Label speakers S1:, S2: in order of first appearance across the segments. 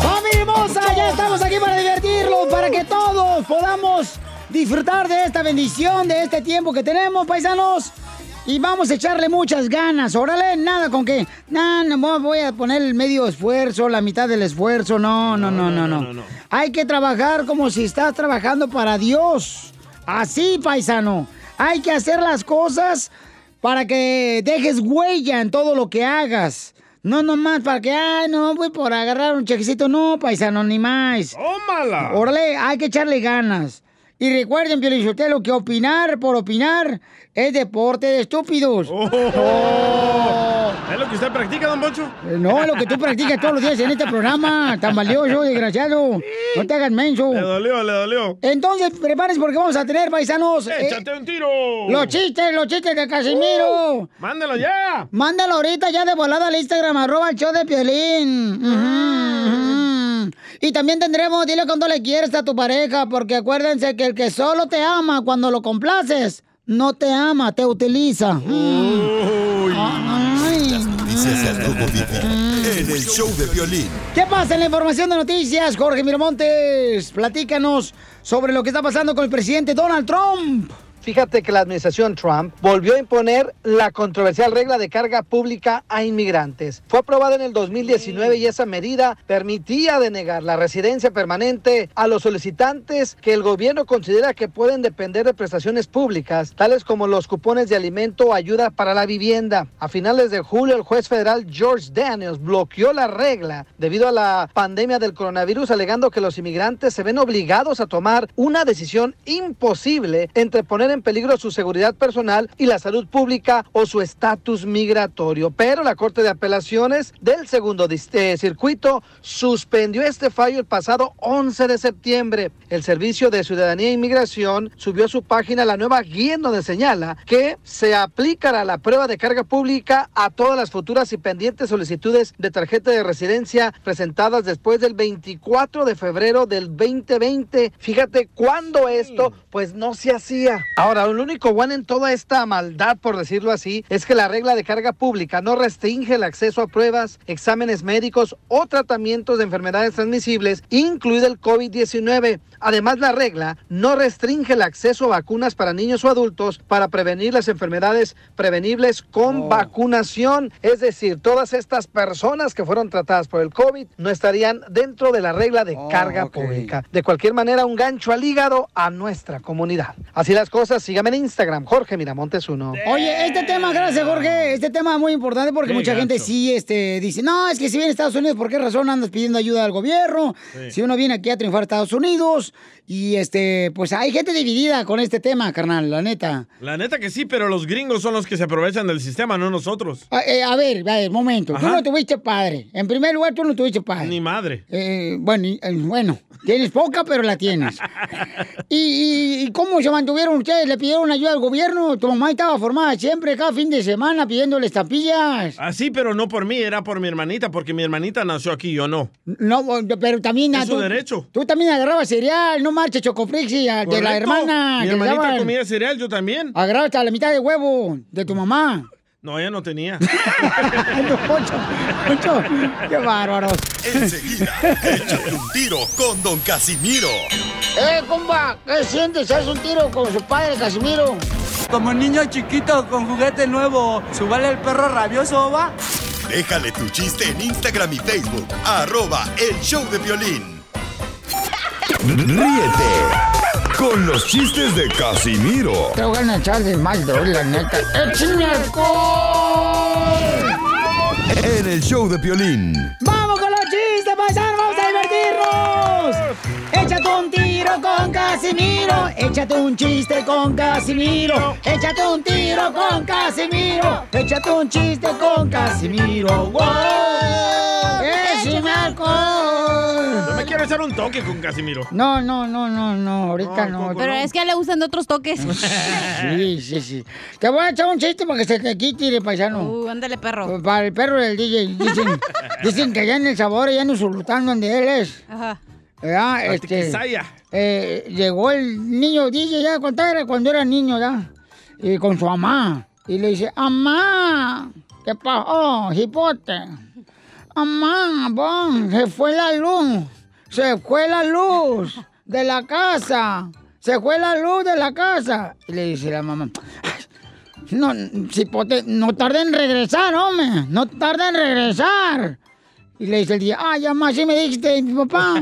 S1: ¡Familia hermosa! Ya estamos aquí para divertirlos, para que todos podamos disfrutar de esta bendición, de este tiempo que tenemos, paisanos. Y vamos a echarle muchas ganas. Órale, nada con que. Nah, no mo- voy a poner el medio esfuerzo, la mitad del esfuerzo. No, no, no, no, no. Hay que trabajar como si estás trabajando para Dios. Así, paisano. Hay que hacer las cosas para que dejes huella en todo lo que hagas. No nomás para que, ah, no, voy por agarrar un chequecito. No, paisano, ni más.
S2: ¡Tómala!
S1: Órale, hay que echarle ganas. Y recuerden, lo que opinar por opinar es deporte de estúpidos. Oh.
S2: ¿Es lo que usted practica, don Poncho?
S1: Eh, No, lo que tú practicas todos los días en este programa, tan valioso, desgraciado. No te hagas menso.
S2: Le dolió, le dolió.
S1: Entonces, prepárense porque vamos a tener, paisanos. eh,
S2: ¡Échate un tiro!
S1: los chistes, los chistes de Casimiro.
S2: Uh, ¡Mándalo ya!
S1: Mándalo ahorita ya de volada al Instagram, arroba el show de Piolín. Ujú, ujú. Y también tendremos, dile cuánto le quieres a tu pareja, porque acuérdense que el que solo te ama cuando lo complaces, no te ama, te utiliza. Mm. Ay.
S3: Noticias
S4: Mm.
S3: al robo vivo en el show de violín.
S1: ¿Qué pasa en la información de noticias, Jorge Miramontes? Platícanos sobre lo que está pasando con el presidente Donald Trump.
S5: Fíjate que la administración Trump volvió a imponer la controversial regla de carga pública a inmigrantes. Fue aprobada en el 2019 y esa medida permitía denegar la residencia permanente a los solicitantes que el gobierno considera que pueden depender de prestaciones públicas, tales como los cupones de alimento o ayuda para la vivienda. A finales de julio, el juez federal George Daniels bloqueó la regla debido a la pandemia del coronavirus, alegando que los inmigrantes se ven obligados a tomar una decisión imposible entre poner en peligro su seguridad personal y la salud pública o su estatus migratorio. Pero la Corte de Apelaciones del segundo dis- eh, circuito suspendió este fallo el pasado 11 de septiembre. El Servicio de Ciudadanía e Inmigración subió a su página la nueva guía en donde señala que se aplicará la prueba de carga pública a todas las futuras y pendientes solicitudes de tarjeta de residencia presentadas después del 24 de febrero del 2020. Fíjate cuándo esto pues no se hacía. Ahora, lo único bueno en toda esta maldad, por decirlo así, es que la regla de carga pública no restringe el acceso a pruebas, exámenes médicos o tratamientos de enfermedades transmisibles, incluida el COVID-19. Además, la regla no restringe el acceso a vacunas para niños o adultos para prevenir las enfermedades prevenibles con vacunación. Es decir, todas estas personas que fueron tratadas por el COVID no estarían dentro de la regla de carga pública. De cualquier manera, un gancho al hígado a nuestra comunidad. Así las cosas, sígame en Instagram, Jorge Miramontes uno.
S1: Oye, este tema, gracias Jorge, este tema es muy importante porque
S5: Qué
S1: mucha gente
S5: gacho.
S1: sí este, dice, no, es que si viene a Estados Unidos, ¿por qué razón andas pidiendo ayuda al gobierno?
S6: Sí.
S1: Si uno viene aquí a triunfar a Estados Unidos y este, pues hay gente dividida con este tema, carnal, la neta.
S2: La neta que sí, pero los gringos son los que se aprovechan del sistema, no nosotros.
S1: A, eh, a ver, a ver, momento, tú
S2: Ajá.
S1: no tuviste padre, en primer lugar tú no tuviste padre.
S2: Ni madre.
S1: Eh, bueno, y- eh, bueno, tienes poca, pero la tienes. ¿Y, y, y cómo se mantuvieron ustedes? ¿Le pidieron ayuda al gobierno? Tu mamá estaba formada siempre, cada fin de semana, pidiéndole estampillas.
S2: Así, Ah, pero no por mí, era por mi hermanita, porque mi hermanita nació aquí, yo no.
S1: No, bueno, pero también...
S2: Es
S1: ah,
S2: su derecho.
S1: Tú también agarrabas cereal, no marches chocoflix y a- de Ah, la
S2: Correcto.
S1: hermana.
S2: Mi
S1: que le
S2: hermanita
S1: daban.
S2: comía cereal, yo también.
S1: Agarraba hasta la mitad de huevo de tu mamá.
S2: No, ella no tenía.
S1: No, Poncho, Poncho, qué bárbaros.
S3: Enseguida, échate un tiro con Don Casimiro.
S1: ¡Eh, compa! ¿Qué sientes? ¿Haz un tiro con su padre, Casimiro?
S4: Como niño chiquito con juguete nuevo, subale el perro rabioso, va.
S3: Déjale tu chiste en Instagram y Facebook, arroba el show de violín.
S7: Ríete con los chistes de Casimiro
S1: Te voy a echar de mal, bro, la neta. ¡Échame alcohol!
S7: en el show de violín.
S1: ¡Vamos con los chistes, paisanos! ¡Vamos a divertirnos! ¡Échate un tiro con Casimiro! Casimiro, échate un chiste con Casimiro, échate un tiro con Casimiro, échate un chiste con Casimiro. ¡Wow! ¡Es sin alcohol!
S2: Yo me quiero echar un toque con Casimiro.
S1: No, no, no, no, no, ahorita no.
S6: Pero es que le gustan de otros toques.
S1: Sí, sí, sí. Te voy a echar un chiste para que se te quite, de paisano. Pues
S6: Uh, ándale, perro.
S1: Para el perro del DJ. Dicen, dicen que allá en El Sabor, allá en Usulután, donde él es.
S6: Ajá.
S1: ¿verdad?
S2: La
S1: Este,
S2: tiquisaya.
S1: eh, llegó el niño DJ ya cuando era, cuando era niño ya, y con su mamá. Y le dice, mamá, ¿qué pasó, hipote? Mamá, bon, se fue la luz, se fue la luz de la casa, se fue la luz de la casa. Y le dice la mamá, "Ay, no, hipote, no tarda en regresar, hombre, no tarda en regresar. Y le dice el día, ay, mamá, sí me dijiste, mi papá.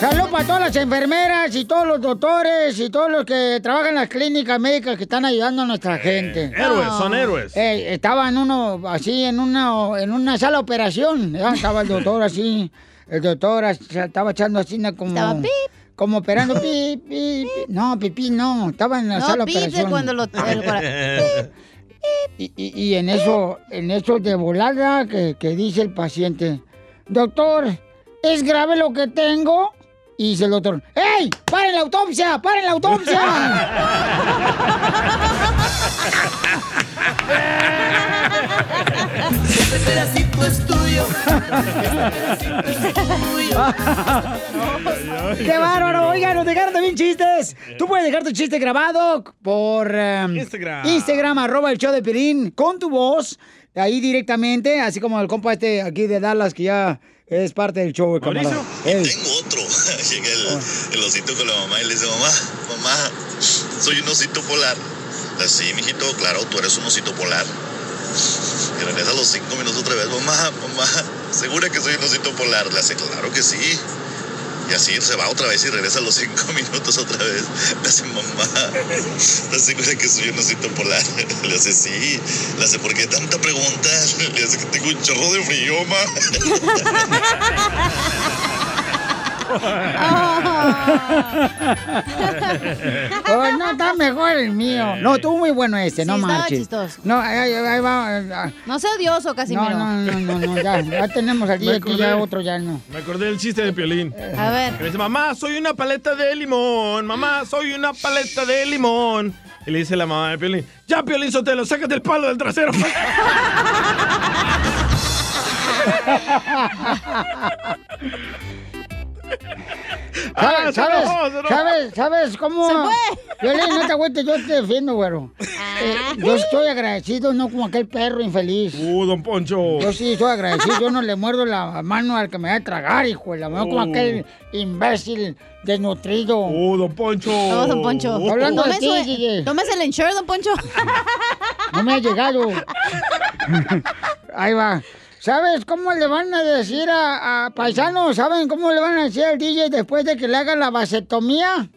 S1: Saludos para todas las enfermeras y todos los doctores y todos los que trabajan en las clínicas médicas que están ayudando a nuestra gente.
S2: Eh, Héroes, son héroes.
S1: Eh, estaba en uno, así, en una, en una sala de operación. ¿ya? Estaba el doctor así, el doctor as- estaba echando así una como...
S6: Estaba pip.
S1: Como operando pi, pi, pi. No, pipí, no. Estaba en la sala
S6: No
S1: de
S6: pide
S1: operación.
S6: cuando lo... el cora-
S1: Y, y- y en eso, en eso de volada que, que dice el paciente, doctor, ¿es grave lo que tengo? Y dice el doctor, ¡Ey! ¡Paren la autopsia! ¡Paren la autopsia! ¡Qué bárbaro! Oigan, nos dejaron también chistes. Tú puedes dejar tu chiste grabado por em,
S2: Instagram.
S1: Instagram, arroba el show de Pirín, con tu voz, ahí directamente, así como el compa este aquí de Dallas, que ya es parte del show, el camarada. Ey.
S8: Tengo otro. Llega el, el osito con la mamá y le dice, mamá, mamá, soy un osito polar. Así, mijito, claro, tú eres un osito polar. Y regresa a los cinco minutos otra vez, mamá, mamá, ¿segura que soy un osito polar? Le hace, claro que sí. Y así se va otra vez y regresa a los cinco minutos otra vez. Le hace, mamá, ¿estás segura que soy un osito polar? Le hace, sí. Le hace, ¿por qué tanta pregunta? Le hace que tengo un chorro de frío, mamá.
S1: Oh, no, está mejor el mío. No, estuvo muy bueno este,
S6: Sí,
S1: no
S6: estaba
S1: marches.
S6: chistoso.
S1: No, ahí, ahí- ahí va. eh, ah.
S6: No sea odioso,
S1: No,
S6: Casimiro.
S1: no, no, no, no, ya, ya tenemos aquí,
S2: Me
S1: aquí ya
S2: acordé.
S1: otro ya no.
S2: Me acordé del chiste de Piolín.
S6: A
S2: Que
S6: ver.
S2: le dice, mamá, soy una paleta de limón. Mamá, soy una paleta de limón. Y le dice la mamá de Piolín, ya, Piolín Sotelo, sácate el palo del trasero.
S1: ¿Sabes,
S2: se
S1: sabes,
S2: enojó, se enojó.
S1: sabes, sabes cómo?
S6: Se fue. Ah.
S1: Piolín, no te agüites, yo te defiendo, güero. Eh, yo estoy agradecido, no como aquel perro infeliz.
S2: uh, don Poncho.
S1: Yo sí estoy agradecido, yo no le muerdo la mano al que me va a tragar, hijo, de la mano como
S2: Oh.
S1: aquel imbécil desnutrido.
S2: Uh, don Poncho.
S6: No, don Poncho.
S2: Uh,
S1: Hablando de
S6: Tomes
S1: ti, DJ.
S6: el insure, don Poncho.
S1: No me ha llegado. Ahí va. ¿Sabes cómo le van a decir a, a paisano? ¿Saben cómo le van a decir al DJ después de que le haga la vasectomía?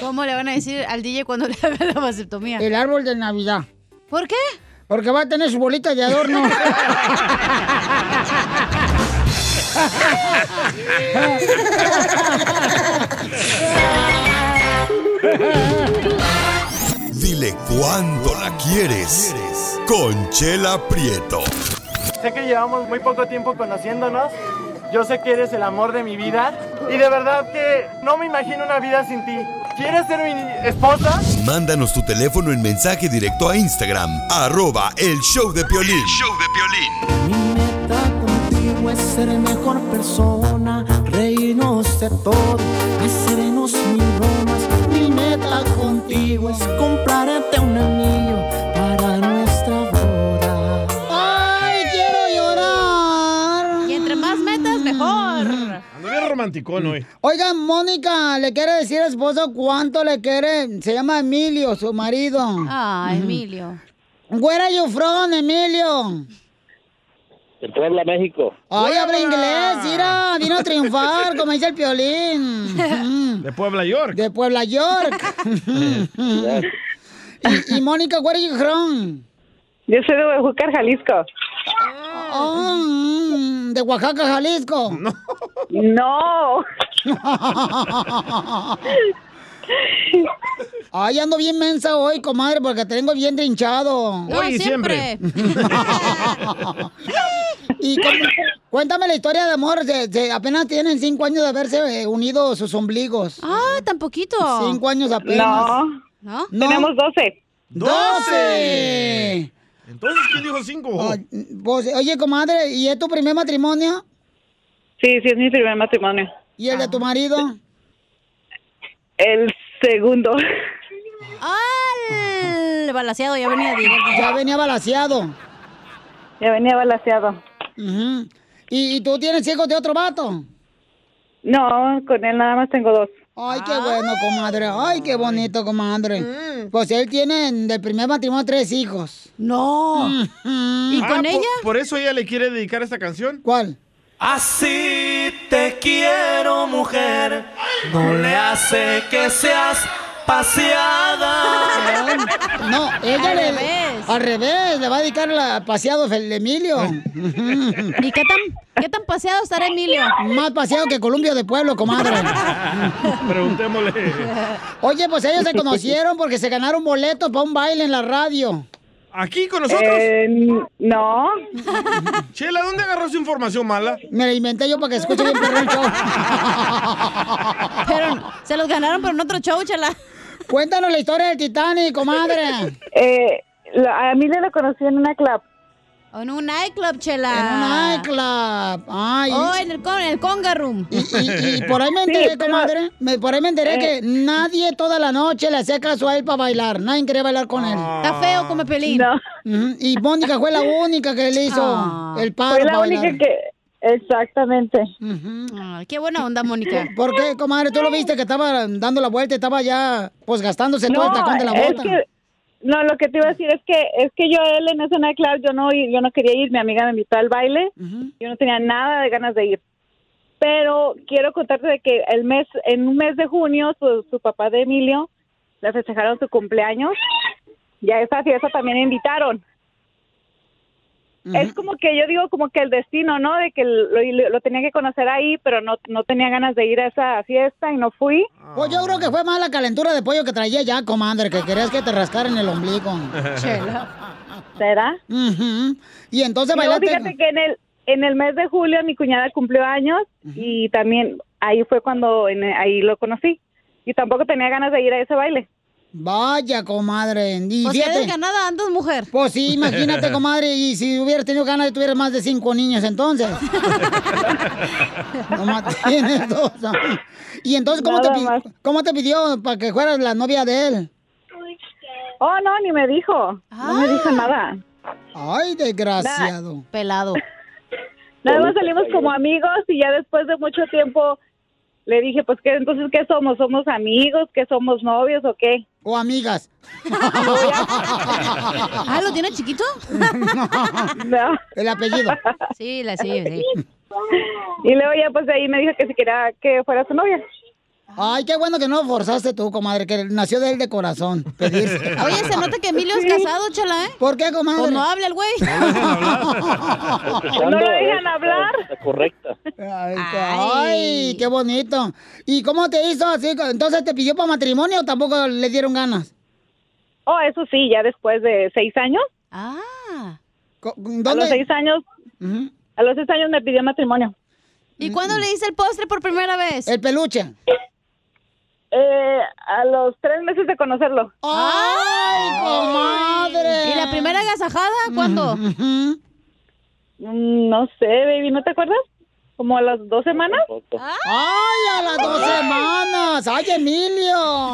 S6: ¿Cómo le van a decir al DJ cuando le haga la vasectomía?
S1: El árbol de Navidad.
S6: ¿Por qué?
S1: Porque va a tener su bolita de adorno.
S3: Dile cuándo la quieres. Conchela Prieto.
S9: Sé que llevamos muy poco tiempo conociéndonos. Yo sé que eres el amor de mi vida. Y de verdad que no me imagino una vida sin ti. ¿Quieres ser mi esposa?
S3: Mándanos tu teléfono en mensaje directo a Instagram, arroba el show de Piolín.
S1: Mi meta contigo es comprarte un anillo para nuestra boda. ¡Ay, quiero llorar!
S6: Y entre más metas, mejor.
S2: Ando bien romanticón hoy.
S1: Oiga, Mónica, ¿le quiere decir a esposo cuánto le quiere? Se llama Emilio, su marido.
S6: Ah, Emilio.
S1: Where are you from, Emilio?
S10: En Puebla, México.
S1: Ay, habla inglés, mira, vino a triunfar, como dice el piolín.
S2: De Puebla, York.
S1: De Puebla, York. Y, y Mónica, where are you from?
S11: Yo soy de Huajucar, Jalisco.
S1: Oh, mm, de Oaxaca, Jalisco. No.
S11: No.
S1: Ay, ando bien mensa hoy, comadre, porque tengo bien trinchado.
S2: No, Hoy y siempre.
S1: y cómo- cuéntame la historia de amor. de- de- apenas tienen cinco años de haberse eh, unido sus ombligos. Ah, tan poquito. Cinco años apenas.
S11: No.
S1: ¿No?
S11: Tenemos 12.
S1: ¡Doce!
S2: Entonces, ¿quién dijo cinco?
S1: Ay, vos- oye, comadre, ¿y es tu primer matrimonio?
S11: Sí, sí, es mi primer matrimonio.
S1: ¿Y el de tu marido?
S11: El segundo.
S6: ¡Al! Balaseado, ya venía directo.
S1: Ya venía balaseado.
S11: Ya venía balaseado.
S1: ¿Y, y tú tienes hijos de otro vato?
S11: No, con él nada más tengo dos.
S1: Ay, qué bueno, comadre. Ay, qué bonito, comadre. Pues él tiene del primer matrimonio tres hijos. Mm. No. ¿Y
S2: Ah, por- Por, eso ella le quiere dedicar esta canción?
S1: ¿Cuál?
S4: Así te quiero, mujer. No le hace que seas paseada.
S1: No, ella
S4: Al
S1: le.
S4: revés.
S1: Al revés, le va a dedicar la paseado el Emilio. ¿Y qué tan, qué tan paseado estará Emilio? Más paseado que Colombia de Pueblo, comadre.
S2: Preguntémosle.
S1: Oye, pues ellos se conocieron porque se ganaron boletos para un baile en la radio.
S2: ¿Aquí con nosotros? Eh,
S11: no.
S2: Chela, ¿dónde agarró su información mala?
S1: Me la inventé yo para que escuche bien perrón el show.
S6: Pero se los ganaron por en otro show, chala.
S1: Cuéntanos la historia del Titanic, comadre.
S11: Eh, la- a mí le lo conocí en una club.
S6: En un nightclub, chela.
S1: En un nightclub. Ay.
S6: Oh, en el, con, en el conga room.
S1: Y, y por ahí me enteré, comadre, me- por ahí me
S6: eh.
S1: enteré que nadie toda la noche le hacía caso a él para bailar. Nadie quería bailar con él.
S6: Ah. Está feo como pelín.
S1: Ujú, Y Mónica fue la única que le hizo
S6: Ah.
S1: el paro
S6: Fue la
S1: para
S6: única
S1: bailar.
S11: que... Exactamente.
S6: Mm, Ay, qué buena onda, Mónica.
S1: ¿Por qué, comadre? ¿Tú lo viste que estaba dando la vuelta y estaba ya, pues, gastándose todo el tacón de la
S11: es
S1: bota?
S11: que- no, lo que te iba a decir es que es que yo a él en ese nightclub yo no yo no quería ir, mi amiga me invitó al baile, yo no tenía nada de ganas de ir. Pero quiero contarte de que el mes en un mes de junio su, su papá de Emilio le festejaron su cumpleaños y a esa fiesta también invitaron. Es como que yo digo como que el destino, ¿no? De que lo, lo tenía que conocer ahí, pero no no tenía ganas de ir a esa fiesta y no fui.
S1: Pues yo creo que fue más la calentura de pollo que traía ya, comadre, que querías que te rascaran el ombligo.
S11: ¿Será?
S1: Y entonces
S11: No,
S1: bailaste-
S11: fíjate que en el, en el mes de julio mi cuñada cumplió años y también ahí fue cuando en- ahí lo conocí. Y tampoco tenía ganas de ir a ese baile.
S1: Vaya, comadre. Y
S11: Pues,
S1: fíjate-
S11: qué
S6: desganada andas, mujer.
S1: Pues sí, imagínate, comadre. Y si hubieras tenido ganas, tuvieras más de cinco niños entonces. Nomás tienes dos. Y entonces, ¿cómo, te,
S11: Nada
S1: pi- ¿cómo te pidió para que fueras la novia de él?
S11: Oh, no, ni me dijo. No
S1: Ah.
S11: me dijo nada.
S1: Ay, desgraciado.
S6: Pelado.
S11: Nada más salimos como amigos y ya después de mucho tiempo le dije, pues, ¿qué, entonces, ¿qué somos? ¿Somos amigos? ¿Qué somos novios o qué? Pues,
S1: O amigas.
S6: Ah, ¿lo tiene chiquito?
S11: No.
S1: El apellido.
S6: Sí, la sí, sí.
S11: Y luego ya pues de ahí me dijo que si quería que fuera su novia.
S1: Ay, qué bueno que no forzaste tú, comadre, que nació de él de corazón. pedirse.
S6: Oye, se nota que Emilio es casado, chala, ¿eh?
S1: ¿Por qué, comadre?
S6: Pues no habla el güey.
S11: No lo dejan hablar.
S10: Correcto.
S1: Ay, ay, qué bonito. ¿Y cómo te hizo así? Entonces, ¿te pidió para matrimonio o tampoco le dieron ganas?
S11: Oh, eso sí, ya después de seis años.
S6: Ah.
S11: A los seis años, a los seis años me pidió matrimonio.
S6: ¿Y cuándo le hice el postre por primera vez?
S1: El peluche.
S11: Eh, a los tres meses de conocerlo.
S1: ¡Ay, comadre!
S6: ¿Y la primera agasajada cuándo?
S11: Mm, No sé, baby, ¿no te acuerdas? ¿Como a las dos semanas?
S1: ¡Ay, a las dos semanas! ¡Ay, Emilio!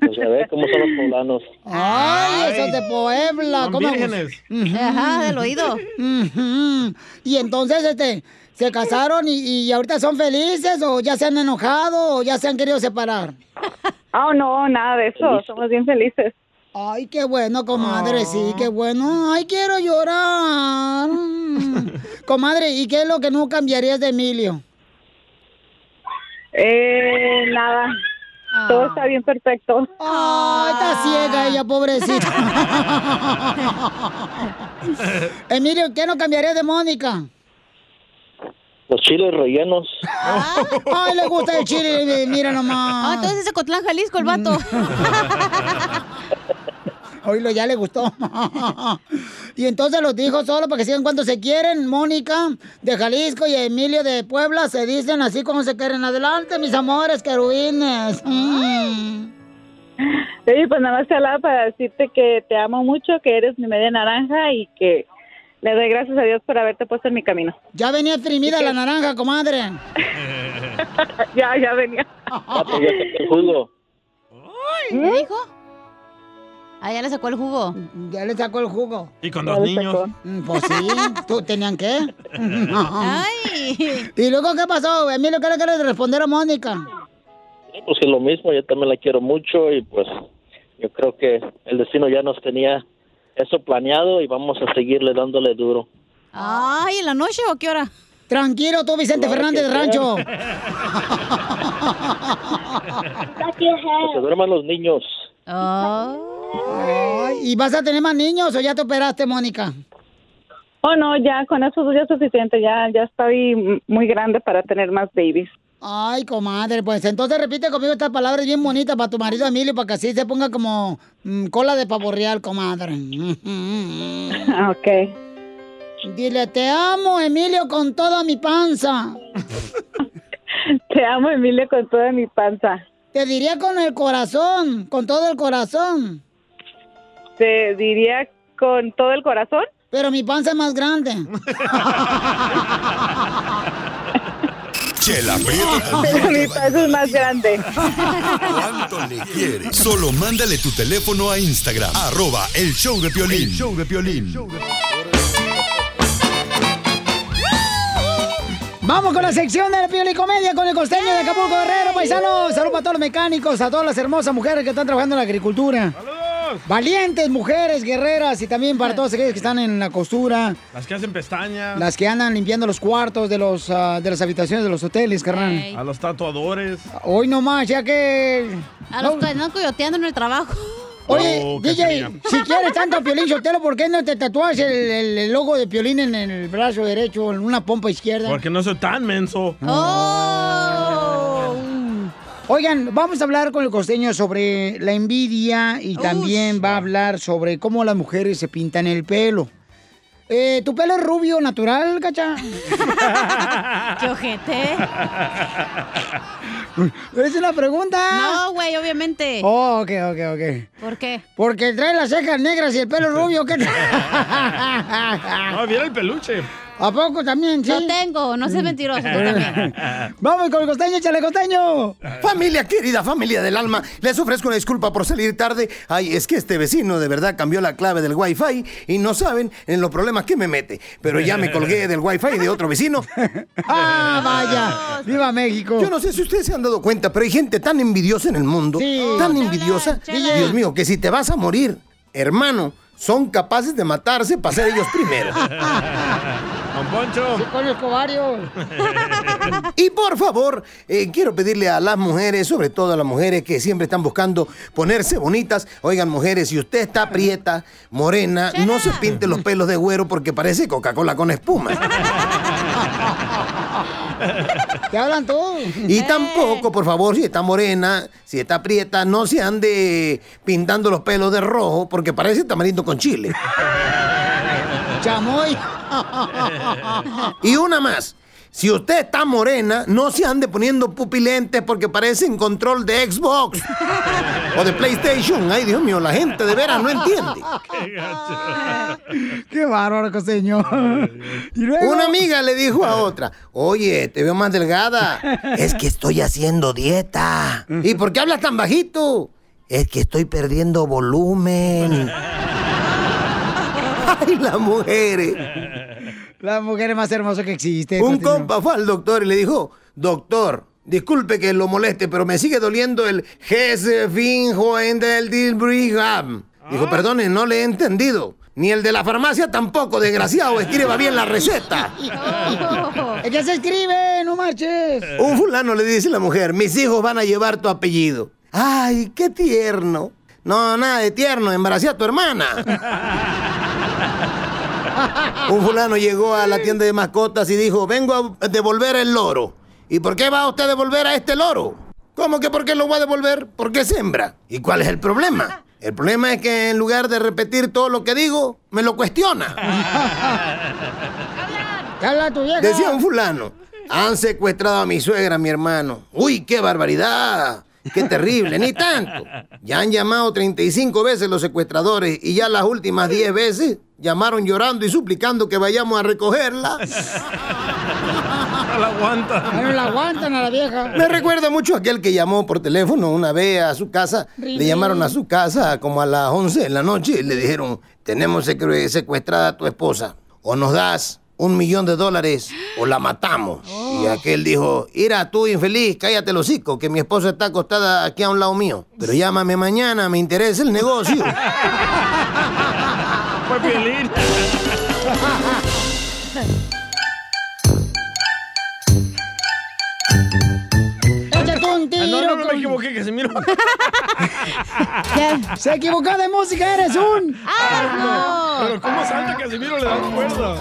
S10: Pues ya ves cómo son los poblanos.
S1: Ah. ¡Ay, eso de Puebla!
S10: Son
S1: ¿Cómo me
S10: vírgenes.
S1: gusta?
S6: Ajá, del oído.
S1: Ujú. Y entonces, este, ¿se casaron y, y ahorita son felices o ya se han enojado o ya se han querido separar?
S11: Ah, no, nada de eso. Somos bien felices.
S1: Ay, qué bueno, comadre,
S10: Oh.
S1: sí, qué bueno. Ay, quiero llorar. Comadre, ¿y qué es lo que no cambiarías de Emilio?
S11: Eh, nada. Todo está bien perfecto.
S1: Ay,
S6: Ah.
S1: está ciega ella, pobrecita. Emilio, ¿qué no cambiaría de Mónica?
S10: Los chiles rellenos.
S1: Ay, le gusta el chile, mira nomás.
S6: Ah, entonces es de Cotlán, Jalisco, el vato.
S10: Pues
S1: Oílo, ya le gustó. y entonces los dijo solo para que sigan cuando se quieren. Mónica de Jalisco y Emilio de Puebla se dicen así como se quieren. Adelante, mis amores, querubines. Mm.
S11: Oye, pues nada más te hablaba para decirte que te amo mucho, que eres mi media naranja y que le doy gracias a Dios por haberte puesto en mi camino.
S1: Ya venía exprimida la naranja, comadre.
S11: ya, ya venía.
S6: Ah,
S10: Papi, yo te el jugo.
S6: ¿Qué dijo? Ah, ya le sacó el jugo.
S1: Ya le sacó el jugo.
S2: Y con dos niños.
S1: Mm, Pues sí, ¿tú tenían qué? Ay. ¿Y luego qué pasó? Emilio, ¿qué le quieres responder a Mónica?
S10: Pues que lo mismo, yo también la quiero mucho y pues yo creo que el destino ya nos tenía eso planeado y vamos a seguirle dándole duro.
S6: Ay, ¿en la noche o qué hora?
S1: Tranquilo, tú, Vicente
S10: Claro que
S1: Fernández de Rancho.
S10: Que se duerman los niños.
S1: Ay, ¿Y vas a tener más niños o ya te operaste, Mónica?
S11: Oh, no, ya con eso ya es suficiente. Ya, ya estoy m- muy grande para tener más babies.
S1: Ay, comadre, pues entonces repite conmigo estas palabras bien bonitas para tu marido Emilio, para que así se ponga como mm, cola de pavo real, comadre.
S11: ok.
S1: Dile, te amo, Emilio, con toda mi panza.
S11: Te amo, Emilio, con toda mi panza.
S1: Te diría con el corazón, con todo el corazón.
S11: Te diría con todo el corazón.
S1: Pero mi panza es más grande.
S3: Chela Prieto
S11: Pero mi panza es más grande.
S3: le quiere. Solo mándale tu teléfono a Instagram. Arroba el show de Piolín. show de Piolín.
S1: Vamos con la sección de la Pioli Comedia con el costeño de Acapulco Guerrero, paisanos. Saludos para todos los mecánicos, a todas las hermosas mujeres que están trabajando en la agricultura. Valientes mujeres guerreras y también
S11: Ah.
S1: para todos aquellos que están en la costura,
S2: Las que hacen pestañas.
S1: las que andan limpiando los cuartos de los ah, de las habitaciones de los hoteles, carnal.
S2: A los tatuadores.
S1: Hoy nomás, ya que
S6: A los que andan coyoteando en el trabajo.
S1: Oye,
S2: Oh,
S1: DJ,
S2: Casimiro.
S1: si quieres tanto a Piolín Sotelo, ¿por qué no te tatuas el, el- el logo de Piolín en el brazo derecho, en una pompa izquierda?
S2: Porque no soy tan menso.
S1: Oh. Oigan, vamos a hablar con el costeño sobre la envidia y también va a hablar sobre cómo las mujeres se pintan el pelo. Eh, ¿Tu pelo es rubio natural, cacha?
S6: ¡Qué ojete!
S1: es una pregunta.
S6: No, güey, obviamente.
S1: Oh, ok, ok, ok.
S6: ¿Por qué?
S1: Porque trae las cejas negras y el pelo rubio, ¿qué tal?
S2: No, viera Ah, el peluche.
S1: ¿A poco también, sí?
S6: Lo tengo, no seas mentiroso, tú también.
S1: Vamos con el costeño, échale costeño.
S12: Familia querida, familia del alma, les ofrezco una disculpa por salir tarde. Ay, es que este vecino de verdad cambió la clave del wifi y no saben en los problemas que me mete. Pero ya me colgué del wifi de otro vecino.
S1: ¡Ah, vaya! ¡Viva México!
S12: Yo no sé si ustedes se han dado cuenta, pero hay gente tan envidiosa en el mundo, tan envidiosa,
S1: Chela.
S12: Dios mío, que si te vas a morir, hermano, son capaces de matarse para ser ellos primero.
S2: Don Poncho.
S1: Sí, conozco varios.
S12: Y por favor, eh, quiero pedirle a las mujeres, sobre todo a las mujeres que siempre están buscando ponerse bonitas. Oigan, mujeres, si usted está prieta, morena, no se pinte los pelos de güero porque parece Coca-Cola con espuma.
S1: Te hablan tú.
S12: Y tampoco, por favor, si está morena, si está prieta, no se ande pintando los pelos de rojo porque parece tamarindo con chile.
S1: Chamoy.
S12: Y una más. Si usted está morena, no se ande poniendo pupilentes porque parecen control de Xbox o de PlayStation. Ay, Dios mío, la gente de veras no entiende.
S1: Qué bárbaro, costeño.
S12: Una amiga le dijo a otra, oye, te veo más delgada. Es que estoy haciendo dieta. ¿Y por qué hablas tan bajito? Es que estoy perdiendo volumen. Ay, eh. las mujeres.
S1: Las mujeres más hermosas que existen.
S12: Un
S1: costeño.
S12: compa fue al doctor y le dijo, doctor, disculpe que lo moleste, pero me sigue doliendo el Gesfinjoen del Dilbrigham. Dijo, perdone, no le he entendido. Ni el de la farmacia tampoco, desgraciado, escriba bien la receta.
S1: Es que se escribe, no marches.
S12: Un fulano le dice a la mujer, mis hijos van a llevar tu apellido. Ay, qué tierno. No, nada de tierno, embaracé a tu hermana. Un fulano llegó a la tienda de mascotas y dijo, vengo a devolver el loro. ¿Y por qué va usted a devolver a este loro? ¿Cómo que por qué lo va a devolver? Porque sembra. ¿Y cuál es el problema? El problema es que en lugar de repetir todo lo que digo, me lo cuestiona.
S1: Habla tu vieja.
S12: Decía un fulano, han secuestrado a mi suegra, mi hermano. Uy, qué barbaridad. Qué terrible, ni tanto. Ya han llamado 35 veces los secuestradores y ya las últimas 10 veces llamaron llorando y suplicando que vayamos a recogerla.
S2: No la aguanta.
S1: No la aguantan a la vieja.
S12: Me recuerda mucho a aquel que llamó por teléfono una vez a su casa. Le llamaron a su casa como a las 11 de la noche y le dijeron, tenemos secre- secuestrada a tu esposa. O nos das un millón de dólares o la matamos. Y aquel dijo, ira tú infeliz, cállate el hocico, que mi esposa está acostada aquí a un lado mío. Pero llámame mañana, me interesa el negocio.
S2: Fue Piolín.
S1: Échate un tiro.
S2: Ah, no, no, no, me
S1: con-
S2: equivoqué, Casimiro.
S1: Se equivocó de música, eres un.
S2: Pero cómo salta Casimiro le da cuerda.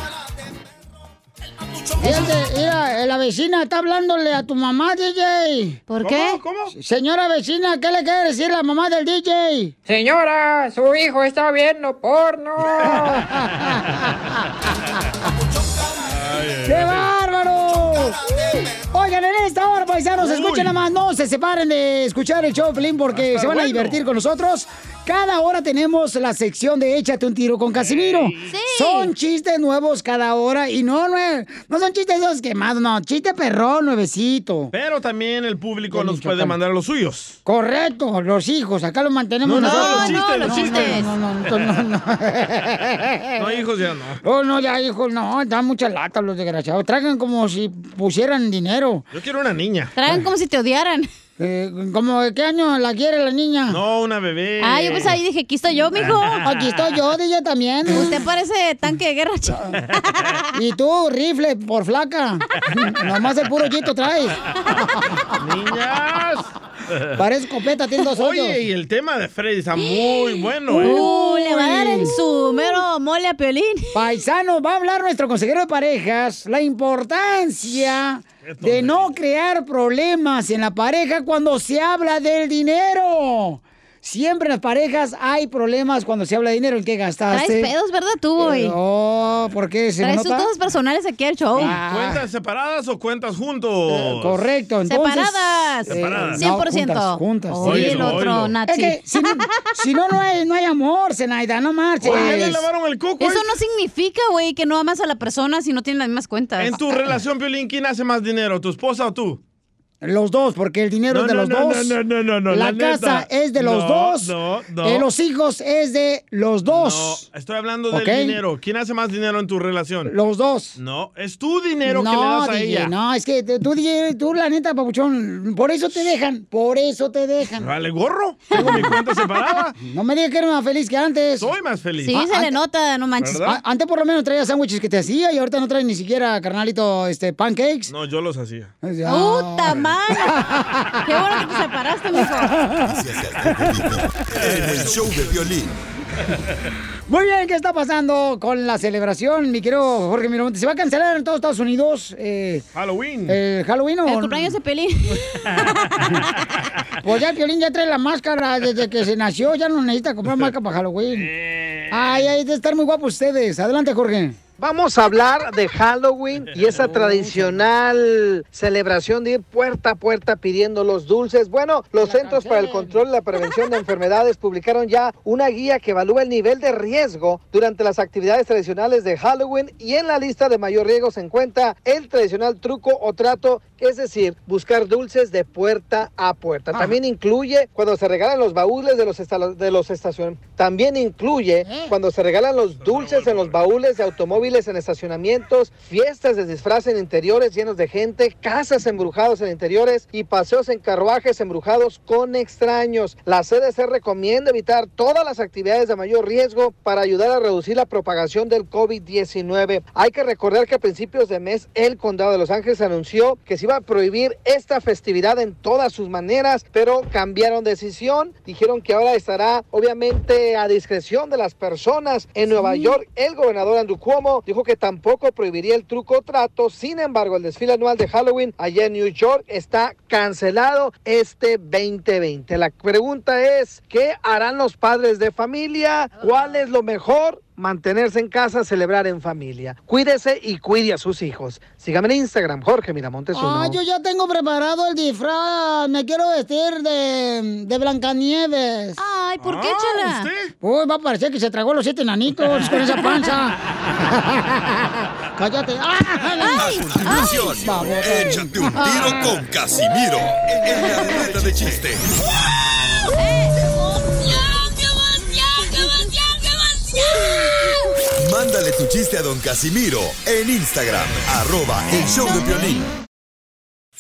S1: Fíjate, mira, eh, la vecina está hablándole a tu mamá, DJ.
S6: ¿Por
S2: qué?
S1: Señora vecina, ¿qué le quiere decir la mamá del DJ?
S13: Señora, su hijo está viendo porno.
S1: ¡Qué bárbaro! Oigan, en esta hora, paisanos, escuchen nada más. No se separen de escuchar el show, Pelín, porque se van a divertir con nosotros. Cada hora tenemos la sección de Échate un tiro con Casimiro. Son chistes nuevos cada hora y no, no, es- no son chistes de esos quemados, no. Chiste perrón, nuevecito.
S2: Pero también el público
S1: De
S2: nos puede
S1: Michoacán.
S2: mandar los suyos.
S1: Correcto, los hijos, acá los mantenemos
S2: No, no,
S1: nosotros.
S2: los chistes, los
S1: no,
S2: chistes.
S1: No, no, no, no, no.
S2: No, hijos, ya no.
S1: Oh, no, ya, hijos, no, dan mucha lata los desgraciados. Tragan como si pusieran dinero.
S2: Yo quiero una niña.
S1: Tragan como si te odiaran. ¿Cómo de qué año la quiere la niña?
S2: No, una bebé.
S6: Ah, yo pues ahí dije, aquí estoy yo, mijo.
S1: Aquí estoy yo, DJ también. Ah.
S6: Usted parece tanque de guerra, chico.
S1: Y tú, rifle por flaca. Nomás el puro yito traes.
S2: ¡Niñas!
S1: Parece escopeta, tiene dos hoyos.
S2: Oye, y el tema de Freddy está muy bueno, ¿eh?
S6: Uh, le va a dar en su mero mole a Piolín.
S1: Paisano, va a hablar nuestro consejero de parejas la importancia de no crear problemas en la pareja cuando se habla del dinero. Siempre en las parejas hay problemas cuando se habla de dinero. ¿En qué gastaste? Eh,
S6: Traes pedos, ¿verdad tú, güey?
S1: No, ¿por qué? ¿Se me
S6: Traes sus
S1: nota?
S6: cosas personales aquí al show.
S2: ¿Cuentas separadas o cuentas juntos?
S1: Ah. Eh, Correcto, entonces...
S6: Separadas.
S1: eh,
S2: Separadas.
S1: no,
S6: 100%.
S1: juntas, juntas.
S6: Oye, el Oílo, otro, oílo. Nachi.
S1: Es que si no, si no, no hay, no hay amor, Zenaida, no marches.
S6: Eso
S1: ¿eh?
S6: no significa, güey, que no amas a la persona si no tienen las mismas cuentas.
S2: En tu relación, Piolín, ¿quién hace más dinero, tu esposa o tú?
S1: Los dos, porque el dinero
S2: No,
S1: es de
S2: no,
S1: los
S2: no,
S1: dos.
S2: no, no, no, no,
S1: la,
S2: la
S1: casa
S2: neta.
S1: es de los
S2: No,
S1: dos.
S2: no, no.
S1: eh, los hijos es de los dos.
S2: No, estoy hablando del
S1: Ok.
S2: dinero. ¿Quién hace más dinero en tu relación?
S1: Los dos.
S2: No, es tu dinero que le
S1: No,
S2: das a
S1: DJ,
S2: ella.
S1: no, es que tú, DJ, tú, la neta, papuchón, por eso te dejan, por eso te dejan.
S2: Vale, gorro. Tengo mi cuenta separada.
S1: No me digas que eres más feliz que antes. Ah,
S2: Soy más feliz.
S6: Sí, se le
S1: ante-
S6: nota, no manches.
S2: ¿Verdad?
S1: a- Antes por lo menos traía sándwiches que te hacía y ahorita no traes ni siquiera, carnalito, este, pancakes. Ah.
S2: No, yo los hacía.
S1: Ya.
S6: ¡Puta madre! ¡Qué bueno que te separaste, mijo!
S3: En el show de violín.
S1: Muy bien, ¿qué está pasando con la celebración, mi querido Jorge Miramonte? ¿Se va a cancelar en todos Estados Unidos? eh,
S2: Halloween.
S1: eh, Halloween o
S6: El cumpleaños de Pelín.
S1: Pues ya el Piolín ya trae la máscara desde que se nació, ya no necesita comprar máscara para Halloween. Ay, ay, de estar muy guapos ustedes. Adelante, Jorge.
S5: Vamos a hablar de Halloween y esa tradicional celebración de ir puerta a puerta pidiendo los dulces. Bueno, los Centros para el Control y la Prevención de Enfermedades publicaron ya una guía que evalúa el nivel de riesgo durante las actividades tradicionales de Halloween y en la lista de mayor riesgo se encuentra el tradicional truco o trato, es decir, buscar dulces de puerta a puerta. También incluye cuando se regalan los baúles de los, estalo- de los estaciones. También incluye cuando se regalan los dulces en los baúles de automóviles móviles en estacionamientos, fiestas de disfraz en interiores llenos de gente, casas embrujados en interiores y paseos en carruajes embrujados con extraños. La CDC recomienda evitar todas las actividades de mayor riesgo para ayudar a reducir la propagación del COVID-19. Hay que recordar que a principios de mes el condado de Los Ángeles anunció que se iba a prohibir esta festividad en todas sus maneras, pero cambiaron de decisión. Dijeron que ahora estará obviamente a discreción de las personas. En Nueva York, el gobernador Andrew Cuomo dijo que tampoco prohibiría el truco o trato. Sin embargo, el desfile anual de Halloween allá en New York está cancelado este 2020. La pregunta es, ¿qué harán los padres de familia? ¿Cuál es lo mejor? Mantenerse en casa, celebrar en familia. Cuídese y cuide a sus hijos. Sígame en Instagram, Jorge Miramontes. uno.
S1: Ah, yo ya tengo preparado el disfraz. Me quiero vestir de, de Blancanieves. Ay,
S6: ¿por qué, Ah, Chela?
S1: Uy, va a parecer que se tragó los siete nanitos con esa panza. Cállate. ¡Ah!
S3: A continuación, échate un tiro con Casimiro en la ruleta de chiste. Mándale tu chiste a don Casimiro en Instagram, arroba el show de violín.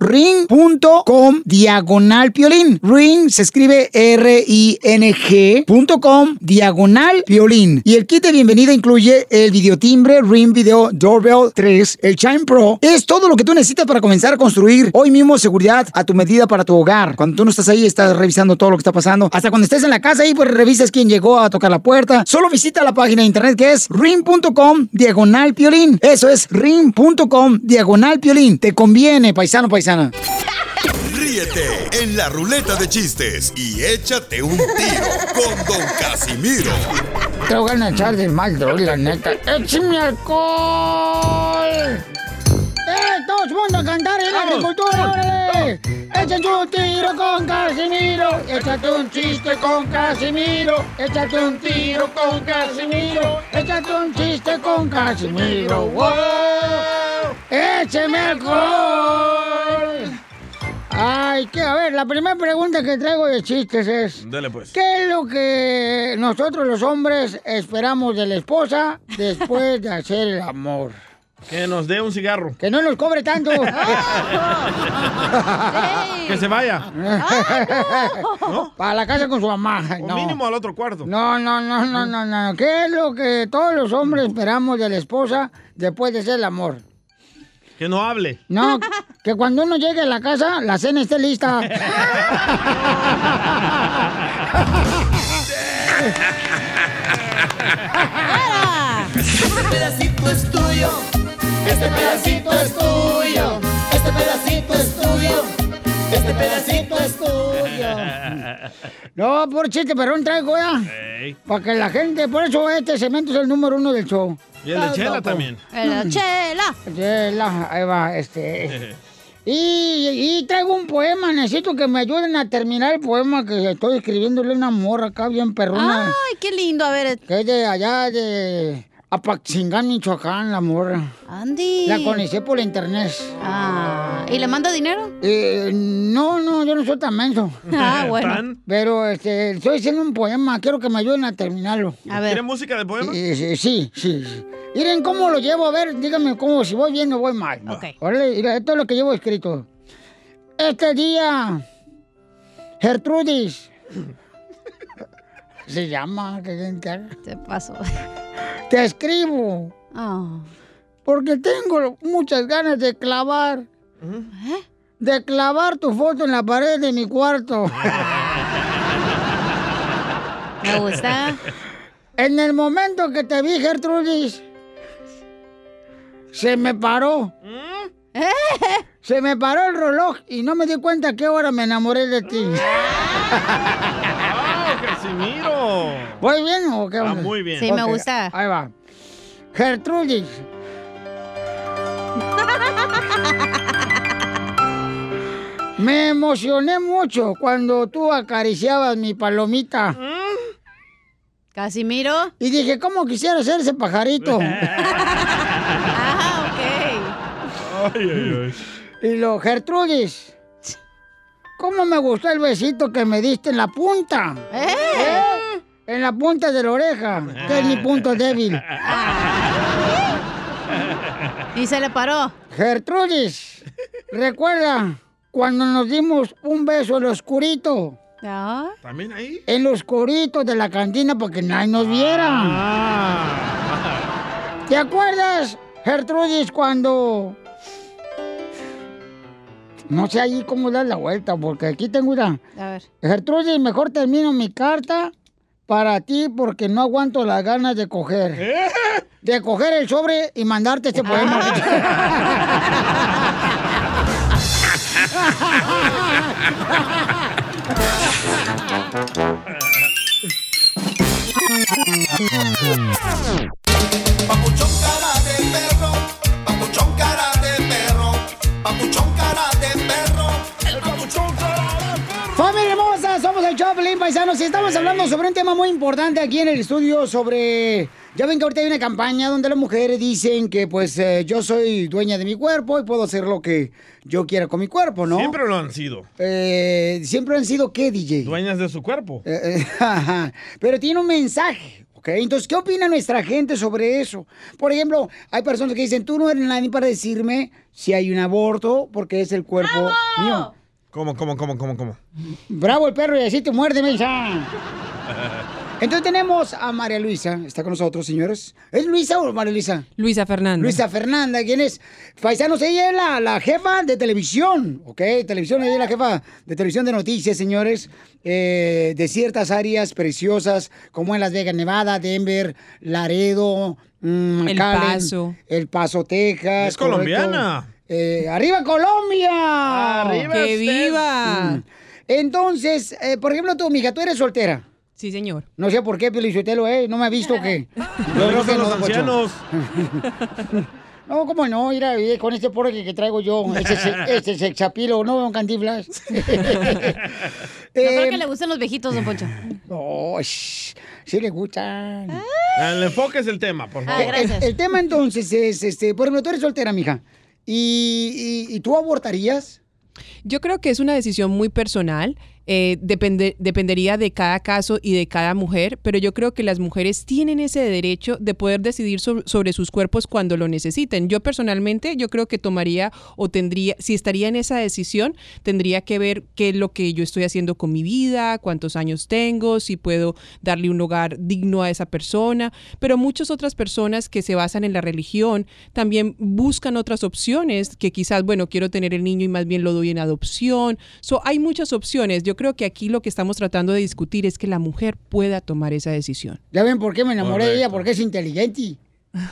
S1: ring.com diagonal piolín. Ring se escribe R-I-N-G.com diagonal piolín. Y el kit de bienvenida incluye el videotimbre Ring Video Doorbell 3, el Chime Pro. Es todo lo que tú necesitas para comenzar a construir hoy mismo seguridad a tu medida para tu hogar. Cuando tú no estás ahí, estás revisando todo lo que está pasando. Hasta cuando estés en la casa ahí, pues revisas quién llegó a tocar la puerta. Solo visita la página de internet que es ring.com diagonal piolín. Eso es ring.com diagonal piolín. Te conviene, paisano, paisana.
S3: Ríete en la ruleta de chistes y échate un tiro con don Casimiro.
S1: Te voy a echar de mal, droga, la neta.
S4: Eh,
S1: ¡Échame alcohol! ¡Eh, todos mundo a cantar en la agricultura, órale! ¡Échate un tiro con Casimiro! ¡Échate un chiste con Casimiro! ¡Échate un tiro con Casimiro! ¡Échate un chiste con Casimiro! ¡Wow! ¡Écheme alcohol! Ay, que a ver, la primera pregunta que traigo de chistes es...
S2: Dale pues.
S1: ¿Qué es lo que nosotros los hombres esperamos de la esposa después de hacer el amor?
S2: Que nos dé un cigarro.
S1: Que no nos cobre tanto.
S2: Que se vaya.
S1: Ah, Para la casa con su mamá.
S2: O
S1: no.
S2: mínimo al otro cuarto.
S1: No, no, no, no, no, no. ¿Qué es lo que todos los hombres esperamos de la esposa después de hacer el amor?
S2: Que no hable.
S1: No, que cuando uno llegue a la casa, la cena esté lista.
S4: Este pedacito es tuyo. Este pedacito es tuyo. Este pedacito es tuyo. Este pedacito es
S1: No, por chiste, pero traigo ya.
S2: Ey.
S1: Para que la gente, por eso este cemento es el número uno del show.
S2: Y el de Chela también.
S1: El de Chela. Chela, ahí va, este. Y, y traigo un poema, necesito que me ayuden a terminar el poema que estoy escribiéndole a una morra acá bien perrona.
S6: Ay, qué lindo. A ver.
S1: Que es de allá de Apaxingán, Michoacán, la morra.
S6: Andy.
S1: La conocí por internet.
S6: Ah, ¿y le manda dinero?
S1: Eh, no, no, yo no soy tan menso.
S6: Ah, bueno. ¿Tan?
S1: Pero este, estoy haciendo un poema, quiero que me ayuden a terminarlo.
S2: A ver. ¿Quiere música de poema?
S1: Eh, sí, sí, sí, sí. Miren cómo lo llevo, a ver, díganme cómo, si voy bien o voy mal.
S6: Ok.
S1: Órale, mira, esto es lo que llevo escrito. Este día, Gertrudis, se llama, que se entera.
S6: Te paso.
S1: Te escribo.
S6: Ah.
S1: Porque tengo muchas ganas de clavar. ¿Eh? De clavar tu foto en la pared de mi cuarto.
S6: Me gusta.
S1: En el momento que te vi, Gertrudis, se me paró. Se me paró el reloj y no me di cuenta a qué hora me enamoré de ti.
S2: ¡Ah, Casimiro!
S1: ¿Voy bien o qué?
S2: Ah,
S1: onda?
S2: muy bien. Sí, me
S1: Ok,
S2: gusta.
S1: Ahí va. Gertrudis. Me emocioné mucho cuando tú acariciabas mi palomita.
S6: Casimiro.
S1: Y dije, ¿cómo quisiera ser ese pajarito?
S6: Ah,
S1: Y lo, Gertrudis, ¿cómo me gustó el besito que me diste en la punta? ¿Eh? En la punta de la oreja, que es mi punto débil.
S6: Y se le paró.
S1: Gertrudis, recuerda cuando nos dimos un beso en lo oscurito.
S2: ¿También ahí?
S1: En lo oscurito de la cantina para que nadie nos viera. ¿Te acuerdas, Gertrudis, cuando... No sé ahí cómo dar la vuelta, porque aquí tengo una...
S6: ok. A ver.
S1: Gertrudis, mejor termino mi carta para ti porque no aguanto las ganas de coger. De coger el sobre y mandarte este poema. Familia hermosa, somos el Choplin Paisanos y estamos hablando sobre un tema muy importante aquí en el estudio sobre... Ya ven que ahorita hay una campaña donde las mujeres dicen que pues eh, yo soy dueña de mi cuerpo y puedo hacer lo que yo quiera con mi cuerpo, ¿no?
S2: Siempre lo han sido.
S1: Eh, Siempre han sido qué, DJ?
S2: Dueñas de su cuerpo.
S1: Eh, eh, ajá. Pero tiene un mensaje. ¿ok? Entonces, ¿qué opina nuestra gente sobre eso? Por ejemplo, hay personas que dicen, tú no eres nadie para decirme si hay un aborto porque es el cuerpo mío.
S2: ¿Cómo, cómo, cómo, cómo, cómo?
S1: Bravo el perro y así te muerde, mensa. Entonces tenemos a María Luisa, está con nosotros, señores. ¿Es Luisa o María Luisa?
S14: Luisa Fernanda.
S1: Luisa Fernanda, ¿quién es? Paisanos, ella es la, la jefa de televisión, ¿ok? Televisión, ella es la jefa de televisión de noticias, señores, eh, de ciertas áreas preciosas, como en Las Vegas, Nevada, Denver, Laredo, mm,
S14: El
S1: McAllen,
S14: Paso.
S1: El Paso, Texas.
S14: Es colombiana.
S1: Eh, ¡Arriba Colombia!
S14: ¡Arriba ¡Que usted! viva!
S1: Mm. Entonces, eh, por ejemplo, tú, mija, tú eres soltera.
S14: Sí, señor.
S1: No sé por qué, Pelichotelo, eh, no me ha visto que.
S2: Lo
S1: creo que
S2: dicen los
S1: Don Poncho.
S2: ancianos.
S1: No, cómo no, mira, eh, con este porro que, que traigo yo, este, se- este sexapilo, ¿no, don Cantinflas?
S6: Yo creo
S1: Em,
S6: que le gustan los viejitos, don Poncho. Ah,
S1: No, Oh, shh, sí le gustan. Eh,
S2: El enfoque es el tema,
S1: Ah,
S2: por favor.
S1: el, el tema entonces es, este, por ejemplo, tú eres soltera, mija, y, y- y tú abortarías.
S14: Yo creo que es una decisión muy personal. eh, depende- dependería de cada caso y de cada mujer, pero yo creo que las mujeres tienen ese derecho de poder decidir sobre, sobre sus cuerpos cuando lo necesiten. Yo personalmente, yo creo que tomaría o tendría, si estaría en esa decisión, tendría que ver qué es lo que yo estoy haciendo con mi vida, cuántos años tengo, si puedo darle un hogar digno a esa persona. Pero muchas otras personas que se basan en la religión también buscan otras opciones que quizás, bueno, quiero tener el niño y más bien lo doy en adopción. So, hay muchas opciones. Yo creo que aquí lo que estamos tratando de discutir es que la mujer pueda tomar esa decisión.
S1: Ya ven por qué me enamoré de ella, porque es inteligente.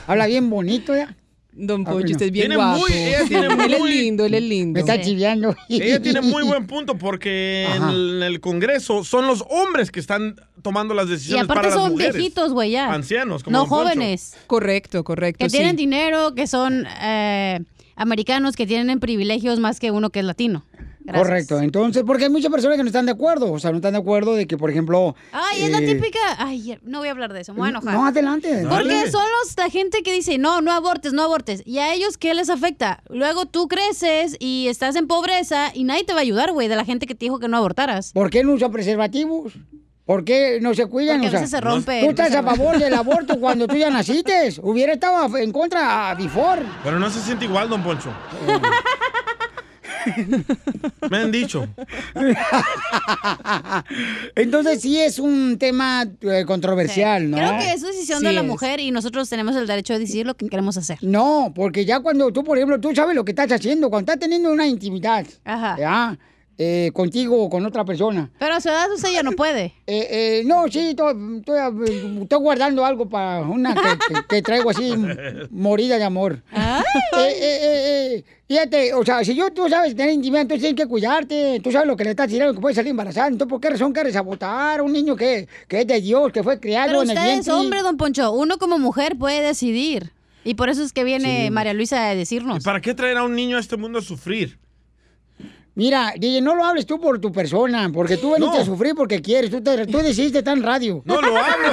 S1: Habla Ah, bien bonito, ya.
S14: Don
S1: Poncho,
S14: usted es bien Tiene guapo. muy- ella tiene Él es muy- lindo, él es lindo.
S1: Me está
S14: Sí.
S1: chiviando.
S2: Ella tiene muy buen punto porque en
S1: Ajá.
S2: el, en el Congreso son los hombres que están tomando las
S6: Y
S2: decisiones
S6: aparte
S2: para las
S6: son
S2: mujeres.
S6: viejitos, güey, ya.
S2: Ancianos, como
S6: No
S2: don Poncho.
S6: jóvenes.
S14: Correcto, correcto.
S1: Pues
S6: Que
S14: sí.
S6: tienen dinero, que son eh, americanos, que tienen privilegios más que uno que es latino. Gracias.
S1: Correcto, entonces, porque hay muchas personas que no están de acuerdo, o sea, no están de acuerdo de que, por ejemplo...
S6: Ay, es la
S1: eh,
S6: típica. Ay, no voy a hablar de eso, me voy a enojar.
S1: No, adelante.
S6: Porque
S1: Dale.
S6: son los, la gente que dice, no, no abortes, no abortes. ¿Y a ellos qué les afecta? Luego tú creces y estás en pobreza y nadie te va a ayudar, güey, de la gente que te dijo que no abortaras.
S1: ¿Por qué no usan preservativos? ¿Por qué no se cuidan?
S6: Porque a
S1: O sea,
S6: veces se rompe
S1: Tú
S6: el
S1: estás a
S6: preservativo.
S1: favor del aborto cuando tú ya naciste. Hubiera estado a- en contra a before.
S2: Pero no se siente igual, don Poncho. Me han dicho.
S1: Entonces sí es un tema eh, controversial, ¿no?
S6: Creo que es decisión de la mujer y nosotros tenemos el derecho de decir lo que queremos hacer.
S1: No, porque ya cuando tú, por ejemplo, tú sabes lo que estás haciendo, cuando estás teniendo una intimidad, ¿ya? Eh, contigo o con otra persona.
S6: Pero a su edad usted ya no puede.
S1: Eh, eh, no, sí, estoy, estoy- estoy guardando algo para una que, que- que traigo así morida de amor. Eh, eh, eh, eh, fíjate, o sea, si yo tú sabes tener intimidad, entonces tienes que cuidarte, tú sabes lo que le estás tirando, que puedes salir embarazada, entonces ¿por qué razón quieres sabotar a un niño que, que es de Dios, que fue criado
S6: Pero
S1: en el
S6: usted es
S1: vientre?
S6: hombre, don Poncho. Uno como mujer puede decidir. Y por eso es que viene María Luisa a decirnos.
S2: ¿Para qué traer a un niño a este mundo a sufrir?
S1: Mira, DJ, no lo hables tú por tu persona, porque tú veniste
S2: No.
S1: a sufrir porque quieres. Tú, te- tú decidiste estar en radio.
S2: No, lo hablo.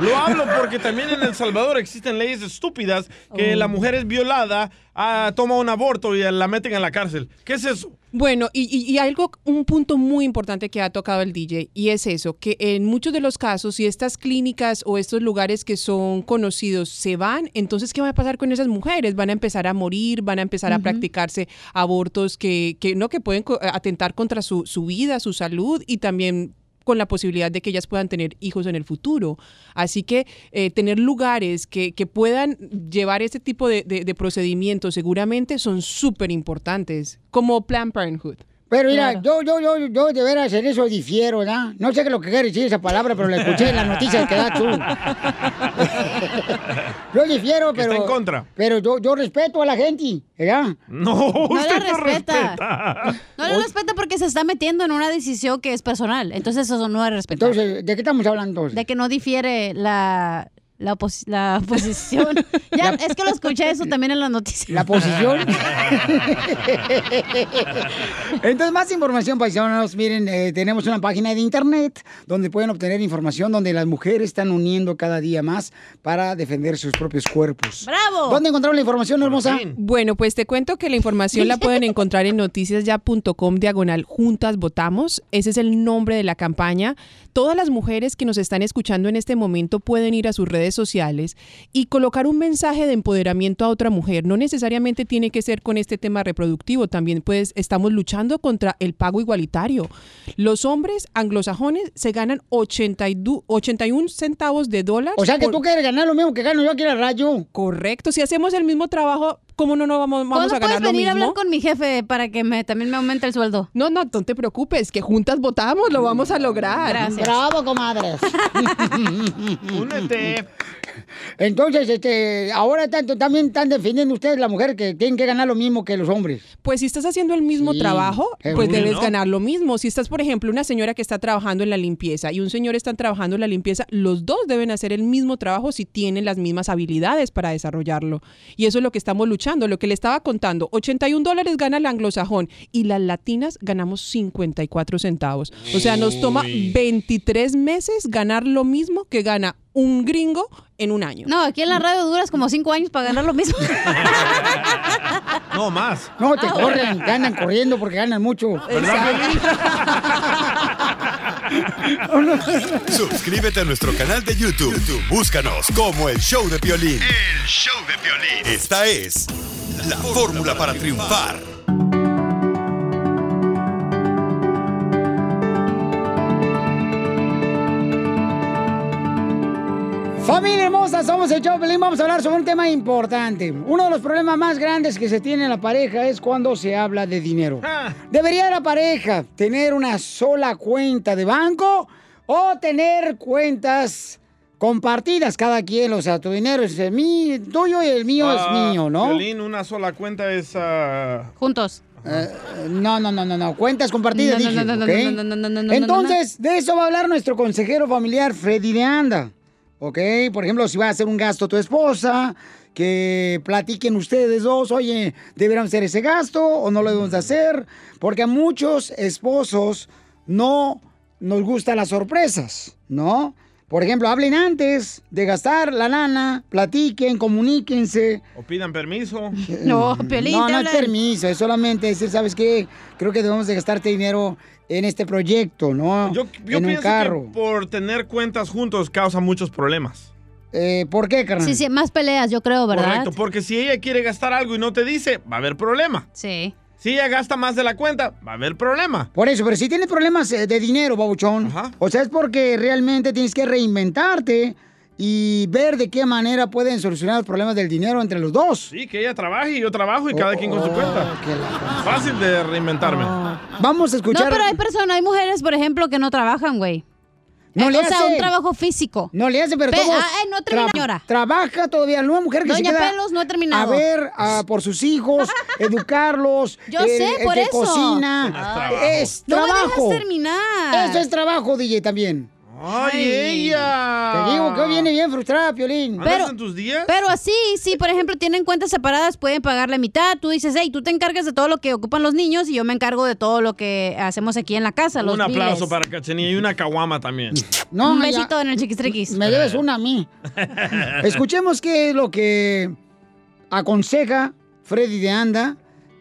S2: Lo hablo porque también en El Salvador existen leyes estúpidas que
S14: Oh.
S2: la mujer es violada, ah, toma un aborto y la meten en la cárcel. ¿Qué es eso?
S14: Bueno, y, y- y algo, un punto muy importante que ha tocado el DJ, y es eso, que en muchos de los casos, si estas clínicas o estos lugares que son conocidos se van, entonces, ¿qué va a pasar con esas mujeres? Van a empezar a morir, van a empezar a
S15: Ujú.
S14: practicarse abortos que, que no, que pueden co- eh, atentar contra su, su vida, su salud y también con la posibilidad de que ellas puedan tener hijos en el futuro. Así que eh, tener lugares que, que puedan llevar este tipo de, de- de procedimientos seguramente son súper importantes, como Planned Parenthood.
S1: Pero mira, yo, yo, yo, yo de veras en eso difiero, ¿verdad? No sé qué es lo que quiere decir esa palabra, pero la escuché en las noticias que da tú. yo difiero,
S2: Que
S1: pero.
S2: está en contra.
S1: Pero yo, yo respeto a la gente, ¿verdad?
S2: No,
S6: No la respeta. No lo respeta porque se está metiendo en una decisión que es personal. Entonces eso no es respeto.
S1: Entonces, ¿de qué estamos hablando?
S6: De que no difiere la, la, opos- la oposición. ya, es que lo escuché eso también en las noticias.
S1: La posición. Entonces, más información, paisanos. Miren, eh, tenemos una página de internet donde pueden obtener información donde las mujeres están uniendo cada día más para defender sus propios cuerpos.
S6: ¡Bravo!
S1: ¿Dónde encontraron la información, hermosa?
S14: Bueno, pues te cuento que la información la pueden encontrar en noticiasya.com diagonal juntas votamos. Ese es el nombre de la campaña. Todas las mujeres que nos están escuchando en este momento pueden ir a sus redes sociales y colocar un mensaje de empoderamiento a otra mujer. No necesariamente tiene que ser con este tema reproductivo. También pues estamos luchando contra el pago igualitario. Los hombres anglosajones se ganan 82 81 centavos de dólar.
S1: O sea que tú quieres ganar lo mismo que gano yo aquí en la radio.
S14: Correcto. Si hacemos el mismo trabajo, ¿cómo no nos vamos, vamos
S6: ¿Cuándo
S14: a ganar
S6: puedes
S14: lo
S6: venir a hablar
S14: mismo?
S6: con mi jefe para que me, también me aumente el sueldo?
S14: No, no, no te preocupes, que juntas votamos, lo vamos a lograr.
S6: Gracias.
S1: Bravo, comadres. Únete. Entonces, este, ahora tanto, también están defendiendo ustedes la mujer que tienen que ganar lo mismo que los hombres.
S14: Pues si estás haciendo el mismo trabajo,
S1: seguro.
S14: pues debes
S1: ¿no?
S14: ganar lo mismo. Si estás, por ejemplo, una señora que está trabajando en la limpieza y un señor está trabajando en la limpieza, los dos deben hacer el mismo trabajo si tienen las mismas habilidades para desarrollarlo. Y eso es lo que estamos luchando, lo que le estaba contando. 81 dólares gana el anglosajón y las latinas ganamos 54 centavos. O sea, nos toma
S6: Uy.
S14: 23 meses ganar lo mismo que gana un gringo en un año.
S6: No, aquí en la radio duras como cinco años para ganar lo mismo.
S2: No más.
S1: No, te
S6: Ah, bueno.
S1: corren, te andan corriendo porque ganan mucho.
S3: Suscríbete a nuestro canal de YouTube. YouTube, Búscanos como el show de Piolín. El show de Piolín. Esta es la fórmula para triunfar.
S1: Familia hermosa, somos el Choplin. Vamos a hablar sobre un tema importante. Uno de los problemas más grandes que se tiene en la pareja es cuando se habla de dinero. ¿Debería la pareja tener una sola cuenta de banco o tener cuentas compartidas cada quien? O sea, tu dinero es el mío, tuyo y el mío es mío, ¿no?
S2: Violín, Ah, una sola cuenta es... ah,
S6: Juntos.
S1: Eh, no, no, no, no, no. Cuentas compartidas.
S6: No, no,
S1: dije,
S6: no, no,
S1: ¿ok?
S6: no, no, no, no, no, no,
S1: Entonces, de eso va a hablar nuestro consejero familiar, Freddy de Anda. ¿Ok? Por ejemplo, si va a hacer un gasto tu esposa, que platiquen ustedes dos, oye, ¿deberíamos hacer ese gasto o no lo debemos de hacer? Porque a muchos esposos no nos gustan las sorpresas, ¿no? Por ejemplo, hablen antes de gastar la lana, platiquen, comuníquense.
S2: ¿O pidan permiso?
S1: No, no es permiso, es solamente decir, ¿sabes qué? Creo que debemos de gastarte dinero en este proyecto, ¿no?
S2: Yo
S1: en un
S2: pienso
S1: carro.
S2: que por tener cuentas juntos causa muchos problemas.
S1: Eh, ¿Por qué, carnal?
S6: Sí, sí, más peleas, yo creo, ¿verdad?
S2: Correcto, porque si ella quiere gastar algo y no te dice, va a haber problema.
S6: Sí.
S2: Si ella gasta más de la cuenta, va a haber problema.
S1: Por eso, pero si tienes problemas eh, de dinero, babuchón, o sea, es porque realmente tienes que reinventarte y ver de qué manera pueden solucionar los problemas del dinero entre los dos.
S2: Sí, que ella trabaje y yo trabajo y cada quien
S1: Oh,
S2: con su cuenta. Fácil de reinventarme.
S1: Vamos a
S6: No,
S1: escuchar.
S6: pero hay personas, hay mujeres, por ejemplo, que no trabajan, güey.
S1: No
S6: Eh,
S1: le
S6: o sea,
S1: hace.
S6: un trabajo físico.
S1: No le hace, pero
S6: Pe-
S1: todos
S6: ah, eh, no termina,
S1: tra-
S6: señora.
S1: Trabaja todavía, no hay mujer que se
S6: Doña
S1: queda
S6: Pelos no ha terminado.
S1: A ver, a- por sus hijos, educarlos.
S6: Yo
S1: el-
S6: sé,
S1: el
S6: por
S1: que
S6: eso.
S1: cocina.
S6: Ah.
S1: Es
S6: No me
S1: trabajo.
S6: dejas terminar.
S1: Eso es trabajo, DJ, también.
S2: ¡Ay, ella!
S1: Te digo que hoy viene bien frustrada, Piolín.
S6: Pero, Pero así, si por ejemplo tienen cuentas separadas, pueden pagar la mitad. Tú dices, hey, tú te encargas de todo lo que ocupan los niños y yo me encargo de todo lo que hacemos aquí en la casa. Los
S2: Un aplauso
S6: biles".
S2: para Cachenía y una caguama también.
S1: No,
S6: Un
S1: ya-
S6: besito en el chiquistriquis.
S1: Me debes una a mí. Escuchemos qué es lo que aconseja Freddy de Anda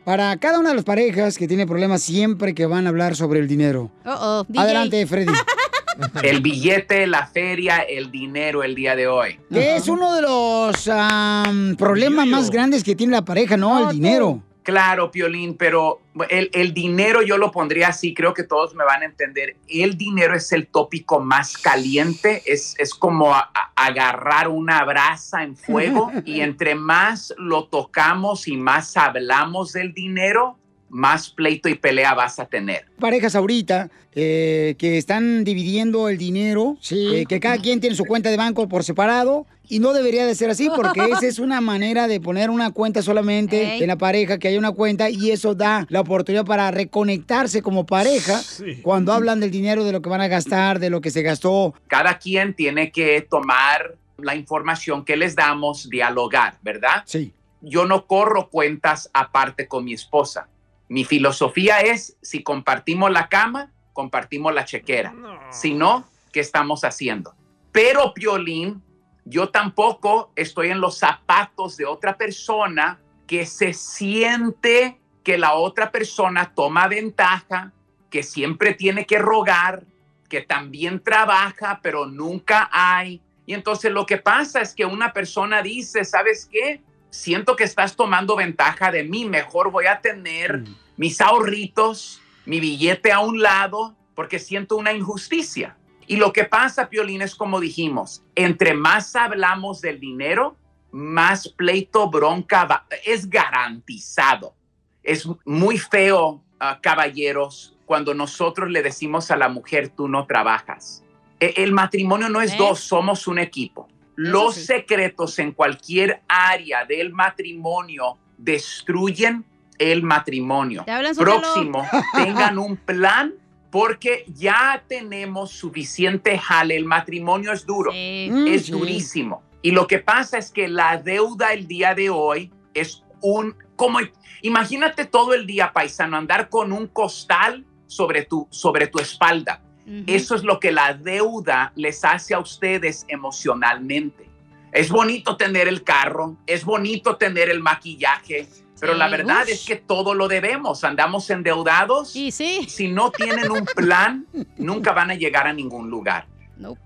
S1: para cada una de las parejas que tiene problemas siempre que van a hablar sobre el dinero.
S6: Oh, oh, DJ.
S1: Adelante, Freddy.
S15: El billete, la feria, el dinero el día de hoy.
S1: Que es uno de los am, problemas más grandes que tiene la pareja, ¿no? El dinero.
S15: Claro, Piolín, pero el, el dinero yo lo pondría así, creo que todos me van a entender. El dinero es el tópico más caliente, es, es como a- a- agarrar una brasa en fuego y entre más lo tocamos y más hablamos del dinero, más pleito y pelea vas a tener.
S1: Parejas ahorita eh, que están dividiendo el dinero, eh, que cada quien tiene su cuenta de banco por separado. Y no debería de ser así porque esa es una manera de poner una cuenta solamente
S16: Ey.
S1: en la pareja, que haya una cuenta y eso da la oportunidad para reconectarse como pareja
S15: Sí.
S1: cuando hablan del dinero, de lo que van a gastar, de lo que se gastó.
S15: cada quien tiene que tomar la información que les damos, dialogar, ¿verdad?
S1: Sí.
S15: Yo no corro cuentas aparte con mi esposa. Mi filosofía es, si compartimos la cama, compartimos la chequera. Si no, ¿qué estamos haciendo? Pero, Piolín, yo tampoco estoy en los zapatos de otra persona que se siente que la otra persona toma ventaja, que siempre tiene que rogar, que también trabaja, pero nunca hay. Y entonces lo que pasa es que una persona dice, ¿sabes qué? Siento que estás tomando ventaja de mí, mejor voy a tener mis ahorritos, mi billete a un lado, porque siento una injusticia. Y lo que pasa, Piolín, es como dijimos, entre más hablamos del dinero, más pleito, bronca, va- es garantizado. Es muy feo, ah, caballeros, cuando nosotros le decimos a la mujer, tú no trabajas. E- El matrimonio
S6: ¿Eh?
S15: no es dos, somos un equipo. Los secretos en cualquier área del matrimonio destruyen el matrimonio.
S6: Te hablan, Zócalo.
S15: Próximo, tengan un plan porque ya tenemos suficiente jale. El matrimonio es duro,
S6: Mm,
S15: es
S6: sí.
S15: durísimo. Y lo que pasa es que la deuda el día de hoy es un... Como, imagínate todo el día, paisano, andar con un costal sobre tu, sobre tu espalda.
S4: Ujú.
S15: Eso es lo que la deuda les hace a ustedes emocionalmente. Es bonito tener el carro, es bonito tener el maquillaje, pero
S4: Sí,
S15: la verdad
S4: ush.
S15: es que todo lo debemos, andamos endeudados. Y Si no tienen un plan, nunca van a llegar a ningún lugar.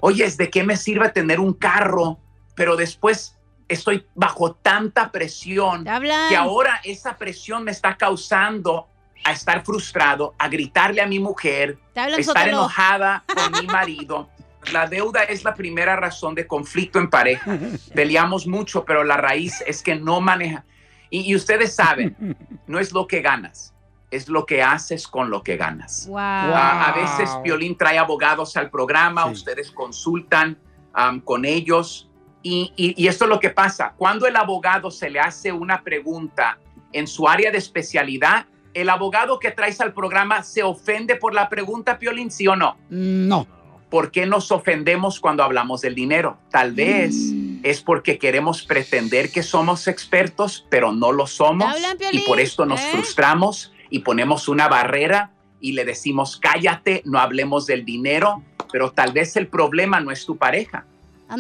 S15: Oye, ¿de qué me sirve tener un carro? Pero después estoy bajo tanta presión que ahora esa presión me está causando a estar frustrado, a gritarle a mi mujer,
S6: Te hablan,
S15: estar
S6: Sotelo.
S15: enojada con mi marido. La deuda es la primera razón de conflicto en pareja. Peleamos mucho, pero la raíz es que no maneja. Y, y ustedes saben, no es lo que ganas, es lo que haces con lo que ganas.
S6: Wow.
S15: A, a veces Piolín trae abogados al programa, ustedes consultan am, con ellos. Y, y- y esto es lo que pasa. Cuando el abogado se le hace una pregunta en su área de especialidad, el abogado que traes al programa se ofende por la pregunta, Piolín, ¿sí o no?
S1: No.
S15: ¿Por qué nos ofendemos cuando hablamos del dinero? Tal vez
S6: Mm.
S15: es porque queremos pretender que somos expertos, pero no lo somos.
S6: hablan,
S15: y
S6: Piolín?
S15: por esto nos
S6: ¿Eh?
S15: frustramos y ponemos una barrera y le decimos, cállate, no hablemos del dinero, pero tal vez el problema no es tu pareja.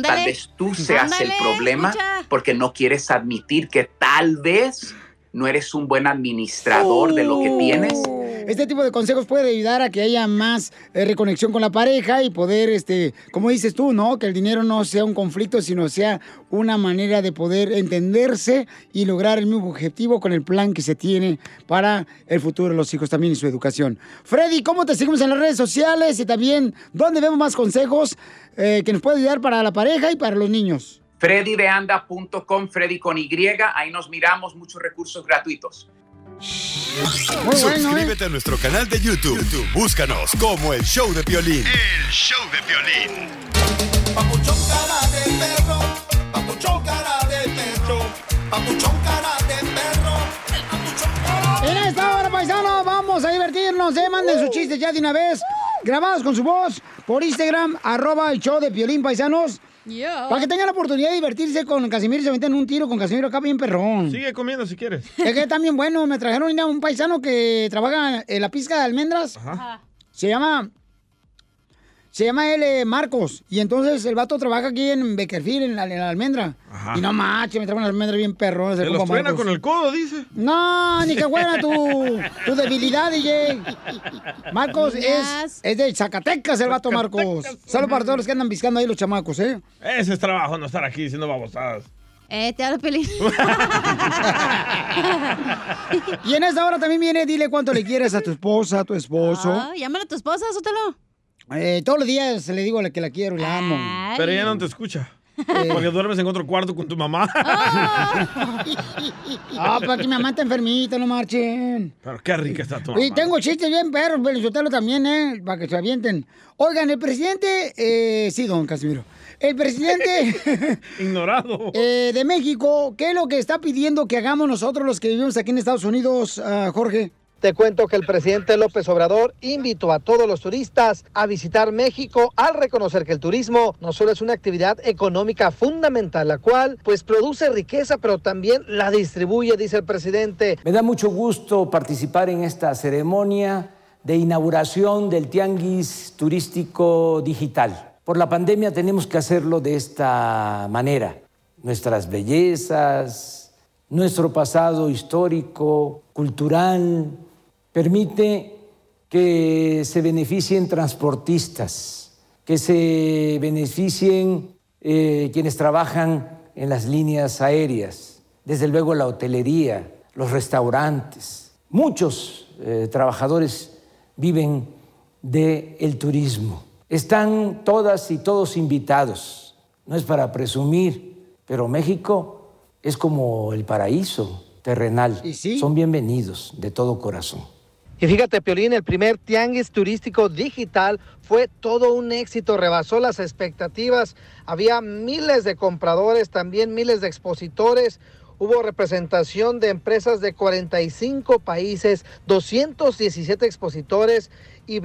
S15: Tal vez tú seas el problema porque no quieres admitir que tal vez no eres un buen administrador de lo que tienes
S1: Oh. Este tipo de consejos puede ayudar a que haya más eh, reconexión con la pareja y poder, este, como dices tú, ¿no? Que el dinero no sea un conflicto, sino sea una manera de poder entenderse y lograr el mismo objetivo con el plan que se tiene para el futuro de los hijos también y su educación. Freddy, ¿cómo te seguimos en las redes sociales y también dónde vemos más consejos eh, que nos puede ayudar para la pareja y para los niños?
S15: freddydeanda.com, Freddy con Y, ahí nos miramos, muchos recursos gratuitos.
S3: Suscríbete a nuestro canal de YouTube. YouTube, Búscanos como el show de Piolín.
S4: El show de violín. Papuchón cara de perro, papuchón cara de perro, papuchón cara de perro, el papuchón cara
S1: En esta hora, paisano, vamos a divertirnos. ¿eh? Manden sus chistes ya de una vez grabados con su voz por Instagram, arroba el show de Piolín Paisanos.
S6: Yeah.
S1: Para que tengan la oportunidad de divertirse con Casimiro y se meten un tiro con Casimiro acá bien perrón.
S2: Sigue comiendo si quieres.
S1: Es que está bien bueno. Me trajeron a un paisano que trabaja en la pizca de almendras. Se llama. Se llama él eh, Marcos. Y entonces el vato trabaja aquí en Beckerfield, en la, en la almendra.
S2: Ajá.
S1: Y no macho, me trajo unas almendras bien perrones.
S2: Se
S1: el
S2: los
S1: compa
S2: truena
S1: Marcos.
S2: con el codo, dice.
S1: No, ni que fuera tu, tu debilidad, DJ. Marcos
S2: Niñas.
S1: es, es de Zacatecas, el vato Marcos. Saludos para todos los que andan viscando ahí los chamacos, ¿eh?
S2: Ese es trabajo, no estar aquí diciendo babosadas.
S6: Eh, te hablo Piolín.
S1: Y en esta hora también viene, dile cuánto le quieres a tu esposa, a tu esposo.
S6: Ah, llámala a tu esposa, sótalo.
S1: Eh, todos los días le digo a la que la quiero, la amo.
S2: Pero ella no te escucha.
S1: Eh.
S2: Porque duermes en otro cuarto con tu mamá.
S1: Ah, para que mi mamá está enfermita, no marchen.
S2: Pero qué rica está tu
S1: Y
S2: mamá.
S1: tengo chistes bien perros, Pelizotelo también, ¿eh? Para que se avienten. Oigan, el presidente... eh, sí, don Casimiro. El presidente...
S2: Ignorado.
S1: eh, de México, ¿qué es lo que está pidiendo que hagamos nosotros los que vivimos aquí en Estados Unidos, ah, Jorge?
S5: Te cuento que el presidente López Obrador invitó a todos los turistas a visitar México al reconocer que el turismo no solo es una actividad económica fundamental, la cual pues produce riqueza, pero también la distribuye, dice el presidente.
S16: Me da mucho gusto participar en esta ceremonia de inauguración del Tianguis Turístico Digital. Por la pandemia tenemos que hacerlo de esta manera. Nuestras bellezas, nuestro pasado histórico, cultural, permite que se beneficien transportistas, que se beneficien eh, quienes trabajan en las líneas aéreas, desde luego la hotelería, los restaurantes. Muchos eh, trabajadores viven del turismo. Están todas y todos invitados. No es para presumir, pero México es como el paraíso terrenal. Son bienvenidos de todo corazón.
S5: Y fíjate, Piolín, el primer tianguis turístico digital fue todo un éxito, rebasó las expectativas. Había miles de compradores, también miles de expositores. Hubo representación de empresas de 45 países, 217 expositores y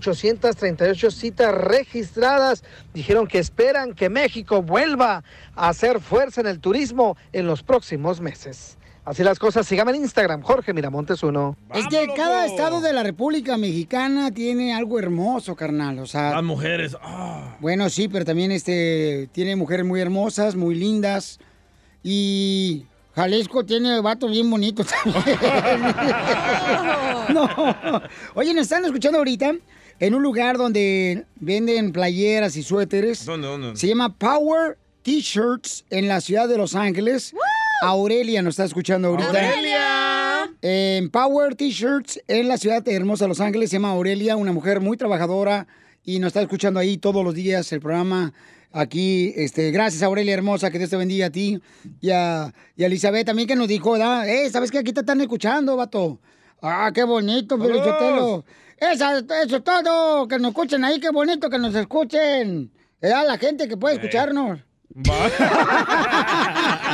S5: 20.838 citas registradas. Dijeron que esperan que México vuelva a hacer fuerza en el turismo en los próximos meses. Así las cosas, síganme en Instagram, Jorge Miramontes 1.
S1: Es que cada estado de la República Mexicana tiene algo hermoso, carnal. O sea,
S2: Las mujeres. ah,
S1: Bueno, sí, pero también este tiene mujeres muy hermosas, muy lindas. Y Jalisco tiene vatos bien bonitos también. no. Oye, nos están escuchando ahorita en un lugar donde venden playeras y suéteres.
S2: ¿Dónde, dónde, dónde?
S1: Se llama Power T-Shirts en la ciudad de Los Ángeles. Aurelia nos está escuchando ahorita.
S2: ¡Aurelia!
S1: En Power T-Shirts en la ciudad de hermosa Los Ángeles. Se llama Aurelia, una mujer muy trabajadora y nos está escuchando ahí todos los días el programa. Aquí, este, gracias Aurelia hermosa, que Dios te bendiga a ti y a, y a Elizabeth también que nos dijo, ¿verdad? Eh, ¿sabes que aquí te están escuchando, vato? Ah, qué bonito, Pelichotelo. Esa, eso es todo, que nos escuchen ahí, qué bonito que nos escuchen. Eh, a la gente que puede escucharnos.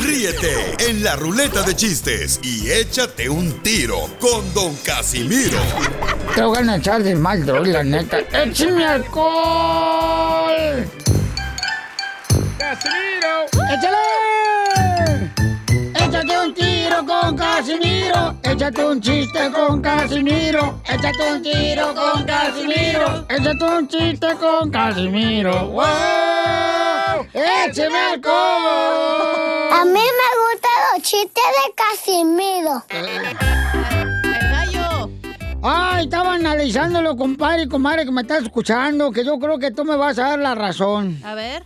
S3: Ríete en la ruleta de chistes y échate un tiro con Don Casimiro.
S1: Te voy a echar de mal, droga, la neta. ¡Échame alcohol!
S2: ¡Casimiro!
S1: ¡Échale! Échate un tiro con Casimiro. Échate un chiste con Casimiro. Échate un tiro con Casimiro. Échate un chiste con Casimiro. ¡Wow! ¡Échame alcohol!
S17: A mí me gustan los chistes de Casimiro.
S1: Ay, estaba analizándolo, compadre y comadre, que me estás escuchando, que yo creo que tú me vas a dar la razón.
S6: A ver.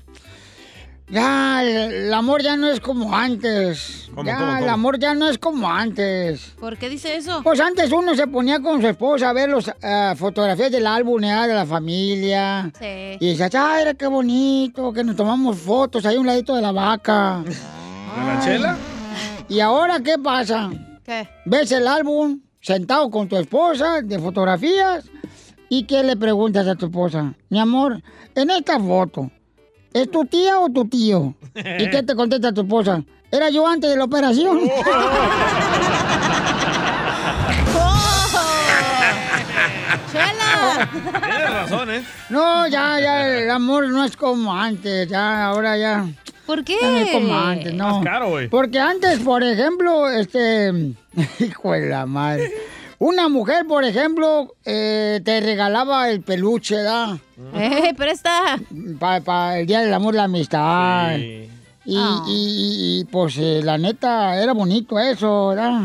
S1: Ya, el, el amor ya no es como antes.
S6: ¿Cómo,
S1: ya,
S6: cómo,
S1: el
S6: cómo?
S1: amor ya no es como antes.
S6: ¿Por qué dice eso?
S1: Pues antes uno se ponía con su esposa a ver las fotografías del álbum ¿eh? de la familia.
S6: Sí.
S1: Y decías, ay, era qué bonito, que nos tomamos fotos ahí a un ladito de la vaca.
S2: ¿De la chela?
S1: ¿Y ahora qué pasa?
S6: ¿Qué?
S1: ves el álbum sentado con tu esposa de fotografías y que le preguntas a tu esposa, mi amor, en esta foto, ¿es tu tía o tu tío? ¿Y qué te contesta tu esposa? Era yo antes de la operación.
S2: Tienes razón, ¿eh?
S1: No, ya, ya, el amor no es como antes, ya, ahora ya.
S6: ¿Por qué?
S1: Ya no es como antes, no.
S2: Más caro, güey.
S1: Porque antes, por ejemplo, este. Hijo de la madre. Una mujer, por ejemplo, eh, te regalaba el peluche, ¿da?
S6: Eh, presta.
S1: Para el Día del Amor y la Amistad.
S6: Sí.
S1: Y,
S6: Ah.
S1: y- y- y, pues eh, la neta, era bonito eso, ¿verdad?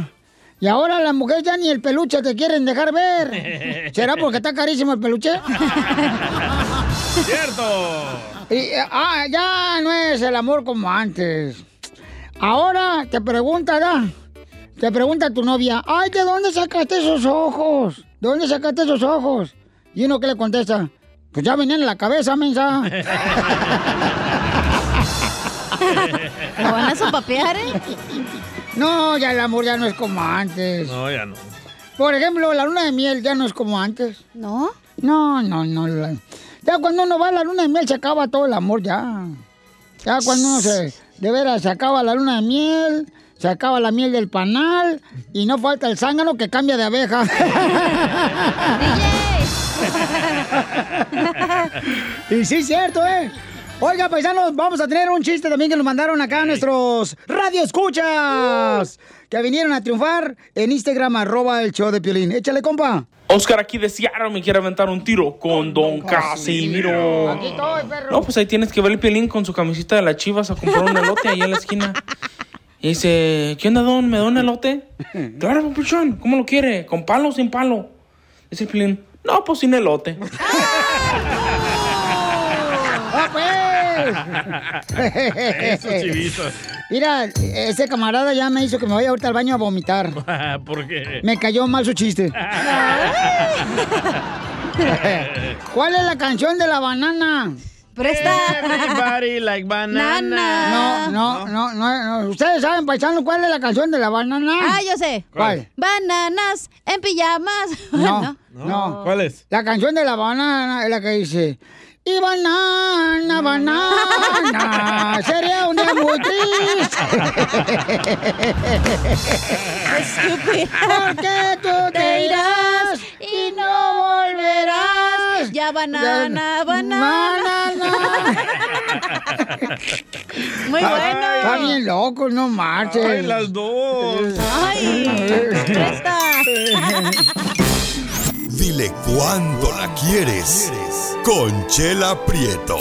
S1: Y ahora las mujeres ya ni el peluche te quieren dejar ver. ¿Será porque está carísimo el peluche?
S2: ¡Cierto!
S1: Y, eh, ah, ya no es el amor como antes. Ahora te pregunta, ¿verdad? Te pregunta tu novia, ay, ¿de dónde sacaste esos ojos? ¿De dónde sacaste esos ojos? Y uno que le contesta, pues ya venían en la cabeza, mensa.
S6: ¿Lo van a sopapear, eh?
S1: No, ya el amor ya no es como antes.
S2: No, ya no.
S1: Por ejemplo, la luna de miel ya no es como antes. ¿No? No, no, no. la- Ya cuando uno va a la luna de miel se acaba todo el amor ya. Ya cuando uno se... De veras, se acaba la luna de miel, se acaba la miel del panal y no falta el zángano que cambia de abeja. y sí, es cierto, ¿eh? Oiga, paisanos, vamos a tener un chiste también que nos mandaron acá nuestros Radio Escuchas. Que vinieron a triunfar en Instagram, arroba el show de Piolín. Échale, compa.
S18: Oscar aquí de Seattle me quiere aventar un tiro con Don Casimiro. No, pues ahí tienes que ver el pielín con su camisita de las chivas a comprar un elote ahí en la esquina. Y dice, ¿qué onda, Don? ¿Me da un elote? Claro, papuchón, ¿cómo lo quiere? ¿Con palo o sin palo? Dice el pielín, no, pues sin elote.
S4: eh.
S1: Ah, pues.
S2: Eso, chivito.
S1: Mira, ese camarada ya me hizo que me vaya ahorita al baño a vomitar.
S2: ¿Por qué?
S1: Me cayó mal su chiste. ¿Cuál es la canción de la banana?
S6: Presta.
S2: Everybody like banana.
S1: No, no, no, no, no. ¿Ustedes saben, paisano, cuál es la canción de la banana?
S6: Ah, yo sé.
S1: ¿Cuál?
S6: Bananas en pijamas.
S1: No, no.
S2: ¿Cuál es?
S1: La canción de la banana es la que dice... Y banana, banana, sería un día muy triste. Porque tú te irás y no volverás.
S6: Ya banana, banana. Muy
S1: Está-
S6: bueno.
S1: Está bien loco, no marches.
S2: Ay, las dos.
S3: Dile cuándo la quieres. Conchela Prieto.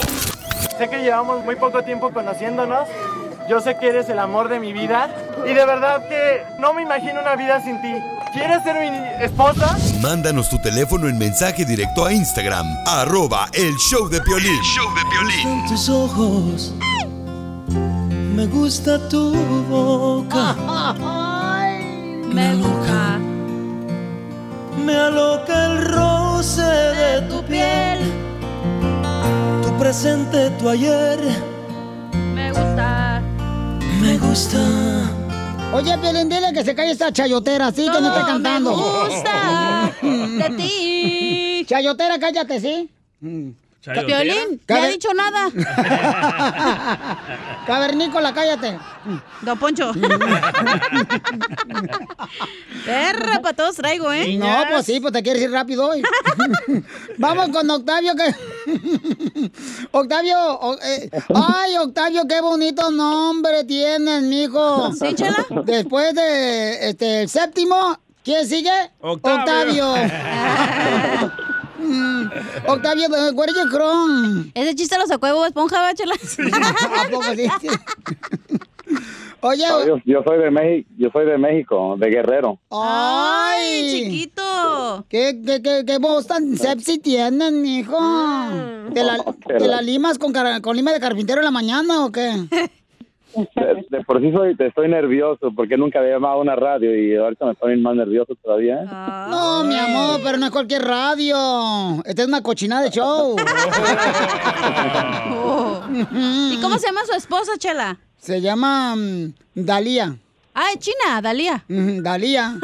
S9: Sé que llevamos muy poco tiempo conociéndonos. Yo sé que eres el amor de mi vida. Y de verdad que no me imagino una vida sin ti. ¿Quieres ser mi esposa?
S3: Mándanos tu teléfono en mensaje directo a Instagram, arroba el show de Piolín.
S4: Son tus ojos. Me gusta tu boca. Me aloca. Me aloca el roce de tu piel. Tu presente, tu ayer.
S6: Me gusta.
S1: Me gusta. Oye, Pelín, dile que se calle esta chayotera, así que no está cantando.
S6: me gusta
S1: de ti. Chayotera, cállate, ¿sí?
S2: Mm,
S6: Piolín, no ha
S1: Cabe-
S6: dicho nada.
S1: Cavernícola, cállate.
S6: Don Poncho. Perra, para todos traigo, ¿eh?
S1: No, pues sí, pues te quieres ir rápido hoy. Vamos con Octavio que... Octavio, o- eh, ay, Octavio, qué bonito nombre tienes, mijo.
S4: ¿Sí, Chela?
S1: Después de este el séptimo, ¿quién sigue?
S4: Octavio.
S1: Mm, Octavio, eh, de Cuello Cron.
S6: Ese chiste lo sacó de Bob Esponja, bachelas.
S1: ¿A poco sí? Oye,
S19: No, yo, yo soy de México, yo soy de México, de Guerrero.
S1: ¡Ay,
S6: chiquito!
S1: ¿Qué, qué, qué, qué voz tan sexy tienen, hijo? ¿Te la, te la limas con, cara- con lima de carpintero en la mañana o qué?
S19: De, de por sí soy, estoy nervioso porque nunca había llamado a una radio y ahorita me ponen más nervioso todavía. ¿eh?
S1: No, mi amor, pero no es cualquier radio. Esta es una cochinada de show.
S6: ¿Y cómo se llama su esposa, Chela?
S1: Se llama mm, Dalía.
S6: Ah, es China, Dalía.
S1: Dalía.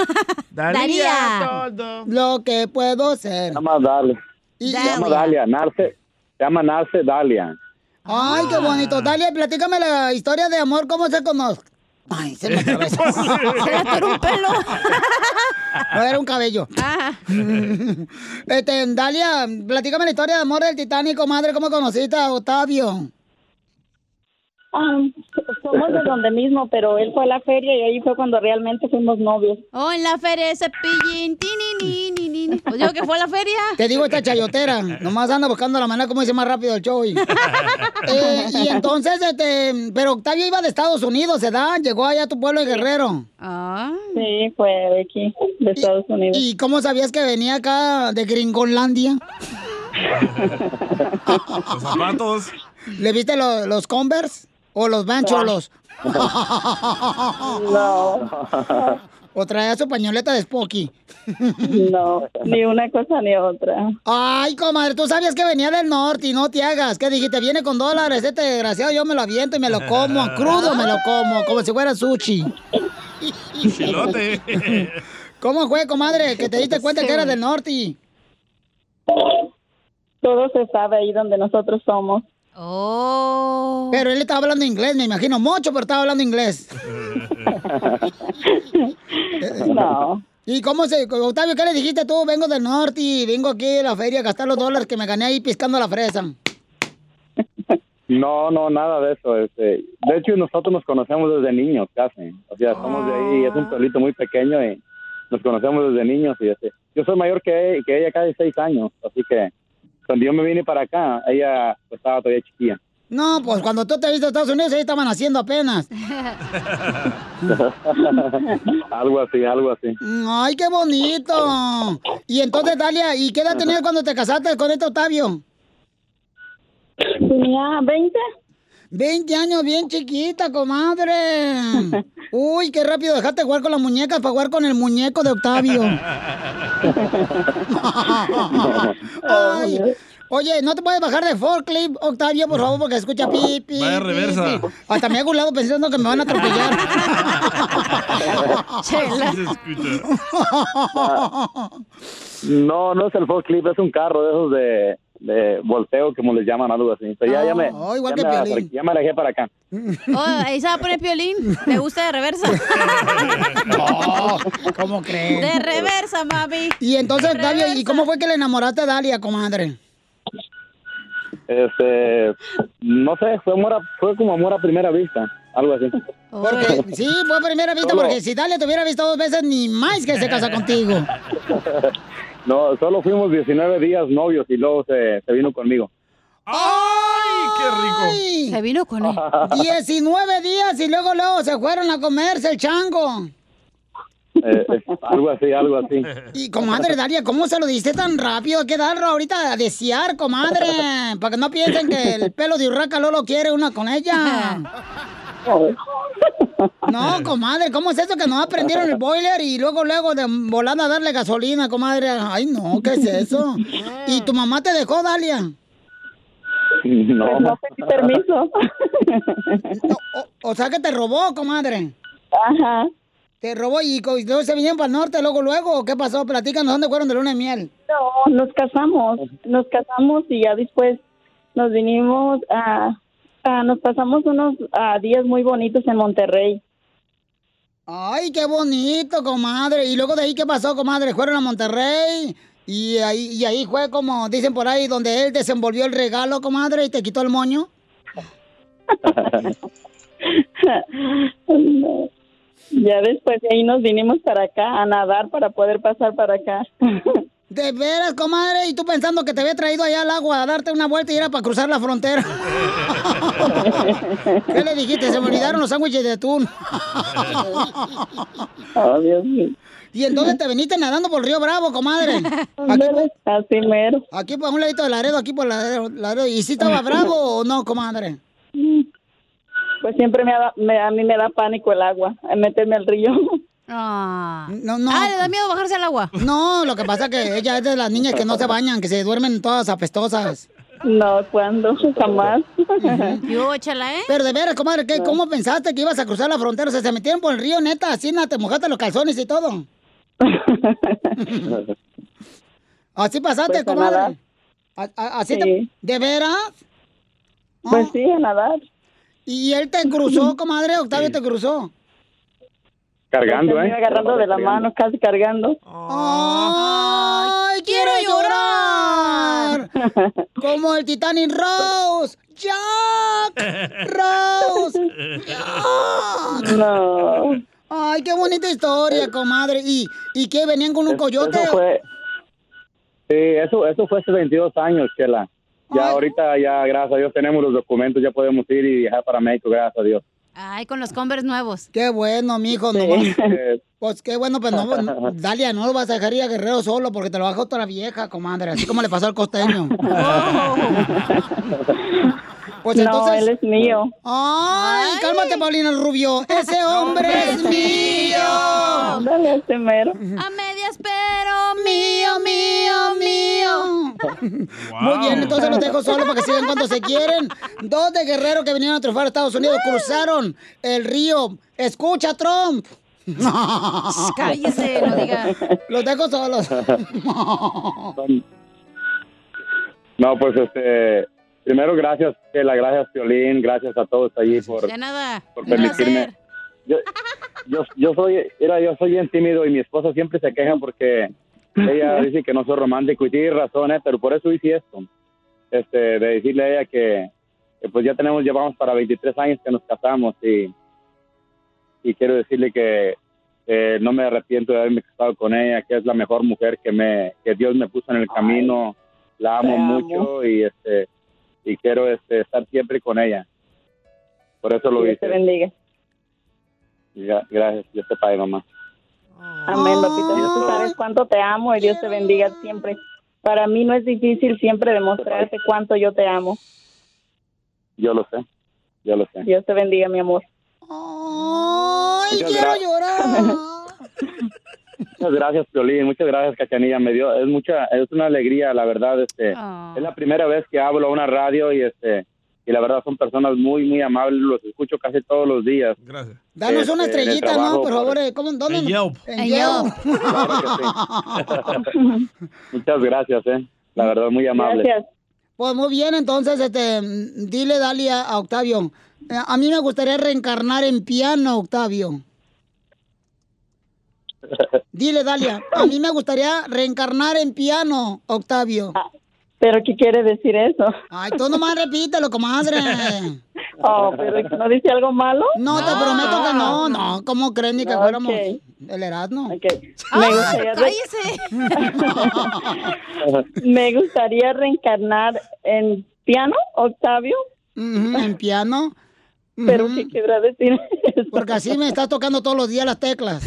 S6: Daría.
S1: Lo que puedo ser.
S19: Se llama Dalia. Se llama Dalia, Narce. Se llama Narce Dalia.
S1: Ay, qué bonito. Dalia, platícame la historia de amor, cómo se conoce. Ay, se me atravesó. se le atoró un pelo. no, era un cabello. este, Dalia, platícame la historia de amor del Titánico, madre, ¿cómo conociste a Octavio?
S11: Um, somos de donde mismo, pero él fue a la feria y ahí fue cuando realmente fuimos novios.
S6: Oh, en la feria ese pillín. Ti, ni, ni, ni, ni. Pues yo que fue a la feria.
S1: Te digo esta chayotera, nomás anda buscando la manera como dice más rápido el show. hoy. Eh, y entonces, este, pero Octavio iba de Estados Unidos, ¿se da? Llegó allá a tu pueblo de Guerrero.
S6: Ah.
S11: Sí, fue de aquí, de Estados Unidos.
S1: ¿Y cómo sabías que venía acá de Gringolandia?
S2: Los zapatos.
S1: ¿Le viste lo- los Converse o los Bancholos?
S11: No.
S1: ¿O traía su pañoleta de Spocky?
S11: No, ni una cosa ni otra.
S1: Ay, comadre, tú sabías que venía del norte y no te hagas. ¿Qué dijiste? Viene con dólares, este desgraciado, yo me lo aviento y me lo como, crudo me lo como, como si fuera sushi.
S4: Chilote.
S1: ¿Cómo fue, comadre, que te diste cuenta que era del norte?
S11: Todo se sabe ahí donde nosotros somos.
S6: Oh.
S1: Pero él estaba hablando inglés, me imagino, mucho, pero estaba hablando inglés.
S11: No.
S1: ¿Y cómo se, Octavio, qué le dijiste tú? Vengo del norte y vengo aquí a la feria a gastar los dólares que me gané ahí piscando la fresa.
S19: No, no, nada de eso. Este, de hecho, nosotros nos conocemos desde niños, casi. O sea, somos de ahí, es
S1: Ah.
S19: un pueblito muy pequeño y nos conocemos desde niños. Y este, yo soy mayor que, que ella cada seis años, así que cuando yo me vine para acá, ella pues, estaba todavía chiquilla.
S1: No, pues cuando tú te viste a Estados Unidos, ahí estaban haciendo apenas.
S19: algo así, algo así.
S1: Ay, qué bonito. Y entonces, Dalia, ¿y qué edad tenías cuando te casaste con este Octavio?
S11: Tenía 20.
S1: 20 años, bien chiquita, comadre. Uy, qué rápido dejaste jugar con las muñecas para jugar con el muñeco de Octavio. Ay. Oye, ¿no te puedes bajar de forklift, Octavio, por favor? Porque escucha pipi. Pi,
S4: Vaya
S1: pi,
S4: reversa.
S1: pi. Hasta me he agulado pensando que me van a atropellar. Chela.
S19: No, no es el forklift, es un carro de esos de, de volteo, como les llaman, algo así. Pero ya, ya me,
S6: Oh, igual
S19: ya,
S6: que
S19: me
S6: Piolín.
S19: acerqué- ya me alejé para acá.
S6: Oh, ahí se va a poner piolín. ¿Te gusta de reversa? Oh.
S1: ¿Cómo crees?
S6: De reversa, mami.
S1: Y entonces, Octavio, ¿y cómo fue que le enamoraste a Dalia, comadre?
S19: Este, no sé, fue, amor a- fue como amor a primera vista, algo así.
S1: Porque, sí, fue primera vista,
S19: Solo.
S1: porque si Dalia te hubiera visto dos veces, ni más que se casa contigo.
S19: No, solo fuimos 19 días novios y luego se, se vino conmigo.
S1: ¡Ay, qué rico!
S6: Se vino con él.
S1: 19 días y luego, luego se fueron a comerse el chango.
S19: Eh, eh, algo así, algo así.
S1: Y comadre Dalia, ¿cómo se lo diste tan rápido? Hay que darlo ahorita a desear, comadre. Para que no piensen que el pelo de Urraca Lolo quiere una con ella. No, comadre, ¿cómo es eso que no aprendieron el boiler y luego, luego de volada a darle gasolina, comadre? Ay, no, ¿qué es eso? ¿Y tu mamá te dejó, Dalia?
S19: No.
S11: permiso.
S1: O sea que te robó, comadre. Ajá. Te robó y co- y luego se vinieron para el norte, luego, luego, ¿qué pasó? Platícanos, ¿dónde fueron de luna de miel?
S11: No, nos casamos, nos casamos y ya después nos vinimos a, a- nos pasamos unos ah, días muy bonitos en Monterrey.
S1: Ay, qué bonito, comadre. Y luego de ahí, ¿qué pasó, comadre? Fueron a Monterrey y ahí, y ahí fue como dicen por ahí, donde él desenvolvió el regalo, comadre, y te quitó el moño.
S11: No. Ya después de ahí nos vinimos para acá a nadar para poder pasar para acá.
S1: De veras, comadre, y tú pensando que te había traído allá al agua a darte una vuelta y era para cruzar la frontera. ¿Qué le dijiste? Se me olvidaron los sándwiches de atún. Y entonces te viniste nadando por el Río Bravo, comadre. Aquí,
S11: Así mero.
S1: aquí por un ladito de Laredo, aquí por Laredo. Laredo. ¿Y si estaba bravo o no, comadre?
S11: Pues siempre me, da- me- a mí me da pánico el agua, eh, meterme al río.
S6: Ah.
S1: No, no.
S6: Ah, le da miedo bajarse al agua.
S1: No, lo que pasa que ella es de las niñas que no se bañan, que se duermen todas apestosas.
S11: No, ¿cuándo? Jamás.
S1: Yo, échala, ¿eh? Pero de veras, comadre, ¿qué, ¿cómo pensaste que ibas a cruzar la frontera? O sea, se metieron por el río, neta, así, na, te mojaste los calzones y todo. Así pasaste,
S11: Pues, a nadar.
S1: comadre. A- a- Así te...
S11: Sí.
S1: ¿De veras?
S11: Pues sí, a nadar.
S1: ¿Y él te cruzó, comadre? ¿Octavio te cruzó?
S19: Cargando,
S11: Este Me
S19: ¿eh?
S11: iba agarrando de la mano, casi cargando.
S1: ¡Ay, quiero llorar! Como el Titanic Rose. ¡Jack! ¡Rose! ¡Jack!
S11: No.
S1: ¡Ay, qué bonita historia, comadre! ¿Y, y qué? ¿Venían con un coyote?
S19: Eso fue, sí, eso, eso fue hace 22 años, Chela. Ya ahorita, ya gracias a Dios, tenemos los documentos, ya podemos ir y viajar para México, gracias a Dios.
S1: Ay, con los Converse nuevos. Qué bueno, mijo. No,
S19: Eh,
S1: pues qué bueno, pues no, no- Dalia, no lo vas a dejar ir a Guerrero solo porque te lo bajó toda la vieja, comadre. Así como le pasó al costeño. Oh. Pues
S11: No,
S1: entonces...
S11: él es mío.
S1: Ay, cálmate, Paulina Rubio. Ese hombre es mío.
S11: Dale este mero.
S6: A medias, pero mío, mío, mío.
S1: Muy bien, entonces los dejo solo para que sigan cuando se quieren. Dos de guerreros que vinieron a triunfar a Estados Unidos cruzaron el río. Escucha, Trump.
S4: Cállese, no diga.
S1: Los dejo solos.
S19: No, pues este, primero gracias, Chela, gracias, Piolín, gracias a todos allí por,
S6: Ya nada.
S19: por
S6: Un placer.
S19: permitirme. Yo, yo, yo soy, mira, yo soy bien tímido y mi esposa siempre se queja porque ella dice que no soy romántico y tiene razón, ¿eh? pero por eso hice esto, este, de decirle a ella que, que, pues ya tenemos, llevamos para 23 años que nos casamos y, y quiero decirle que eh, no me arrepiento de haberme casado con ella, que es la mejor mujer que me, que Dios me puso en el camino, la amo,
S20: te amo.
S19: mucho y este, y quiero este, estar siempre con ella. Por eso lo
S11: Dios
S19: hice.
S11: te bendiga.
S19: Ya, gracias, Dios te pague, mamá. Ah,
S11: Amén, papito. Dios, tú sabes cuánto te amo y Dios te bendiga siempre. Para mí no es difícil siempre demostrarte cuánto yo te amo.
S19: Yo lo sé, yo lo sé.
S11: Dios te bendiga, mi amor.
S1: Ay,
S19: Muchas quiero gra-
S1: llorar.
S19: Muchas gracias, Piolín, muchas gracias, Cachanilla. Me dio, es mucha, es una alegría, la verdad, este,
S4: Ah.
S19: es la primera vez que hablo a una radio y este, y la verdad son personas muy, muy amables, los escucho casi todos los días. Gracias.
S1: Danos una
S19: Este,
S1: estrellita, ¿no? Por favor, eh, ¿cómo? ¿Dónde?
S19: En Yelp.
S1: En Yelp.
S19: Muchas gracias, eh. La verdad, muy amable.
S1: Pues muy bien, entonces, este, mm, dile, Dalia, a Octavio. eh, A mí me gustaría reencarnar en piano, Octavio. Dile, Dalia, a mí me gustaría reencarnar en piano, Octavio.
S11: ¿Pero qué quiere decir eso?
S1: Ay, tú nomás repítelo, comadre.
S11: Oh, pero ¿no dice algo malo?
S1: No, te prometo que no, no. ¿Cómo creen ni que
S11: No,
S1: fuéramos
S11: ok.
S1: el Erasmo? Ah,
S11: Me gustaría re- Me gustaría reencarnar en piano, Octavio.
S1: en piano.
S11: Pero ¿qué querrá decir?
S1: Porque así me estás tocando todos los días las teclas.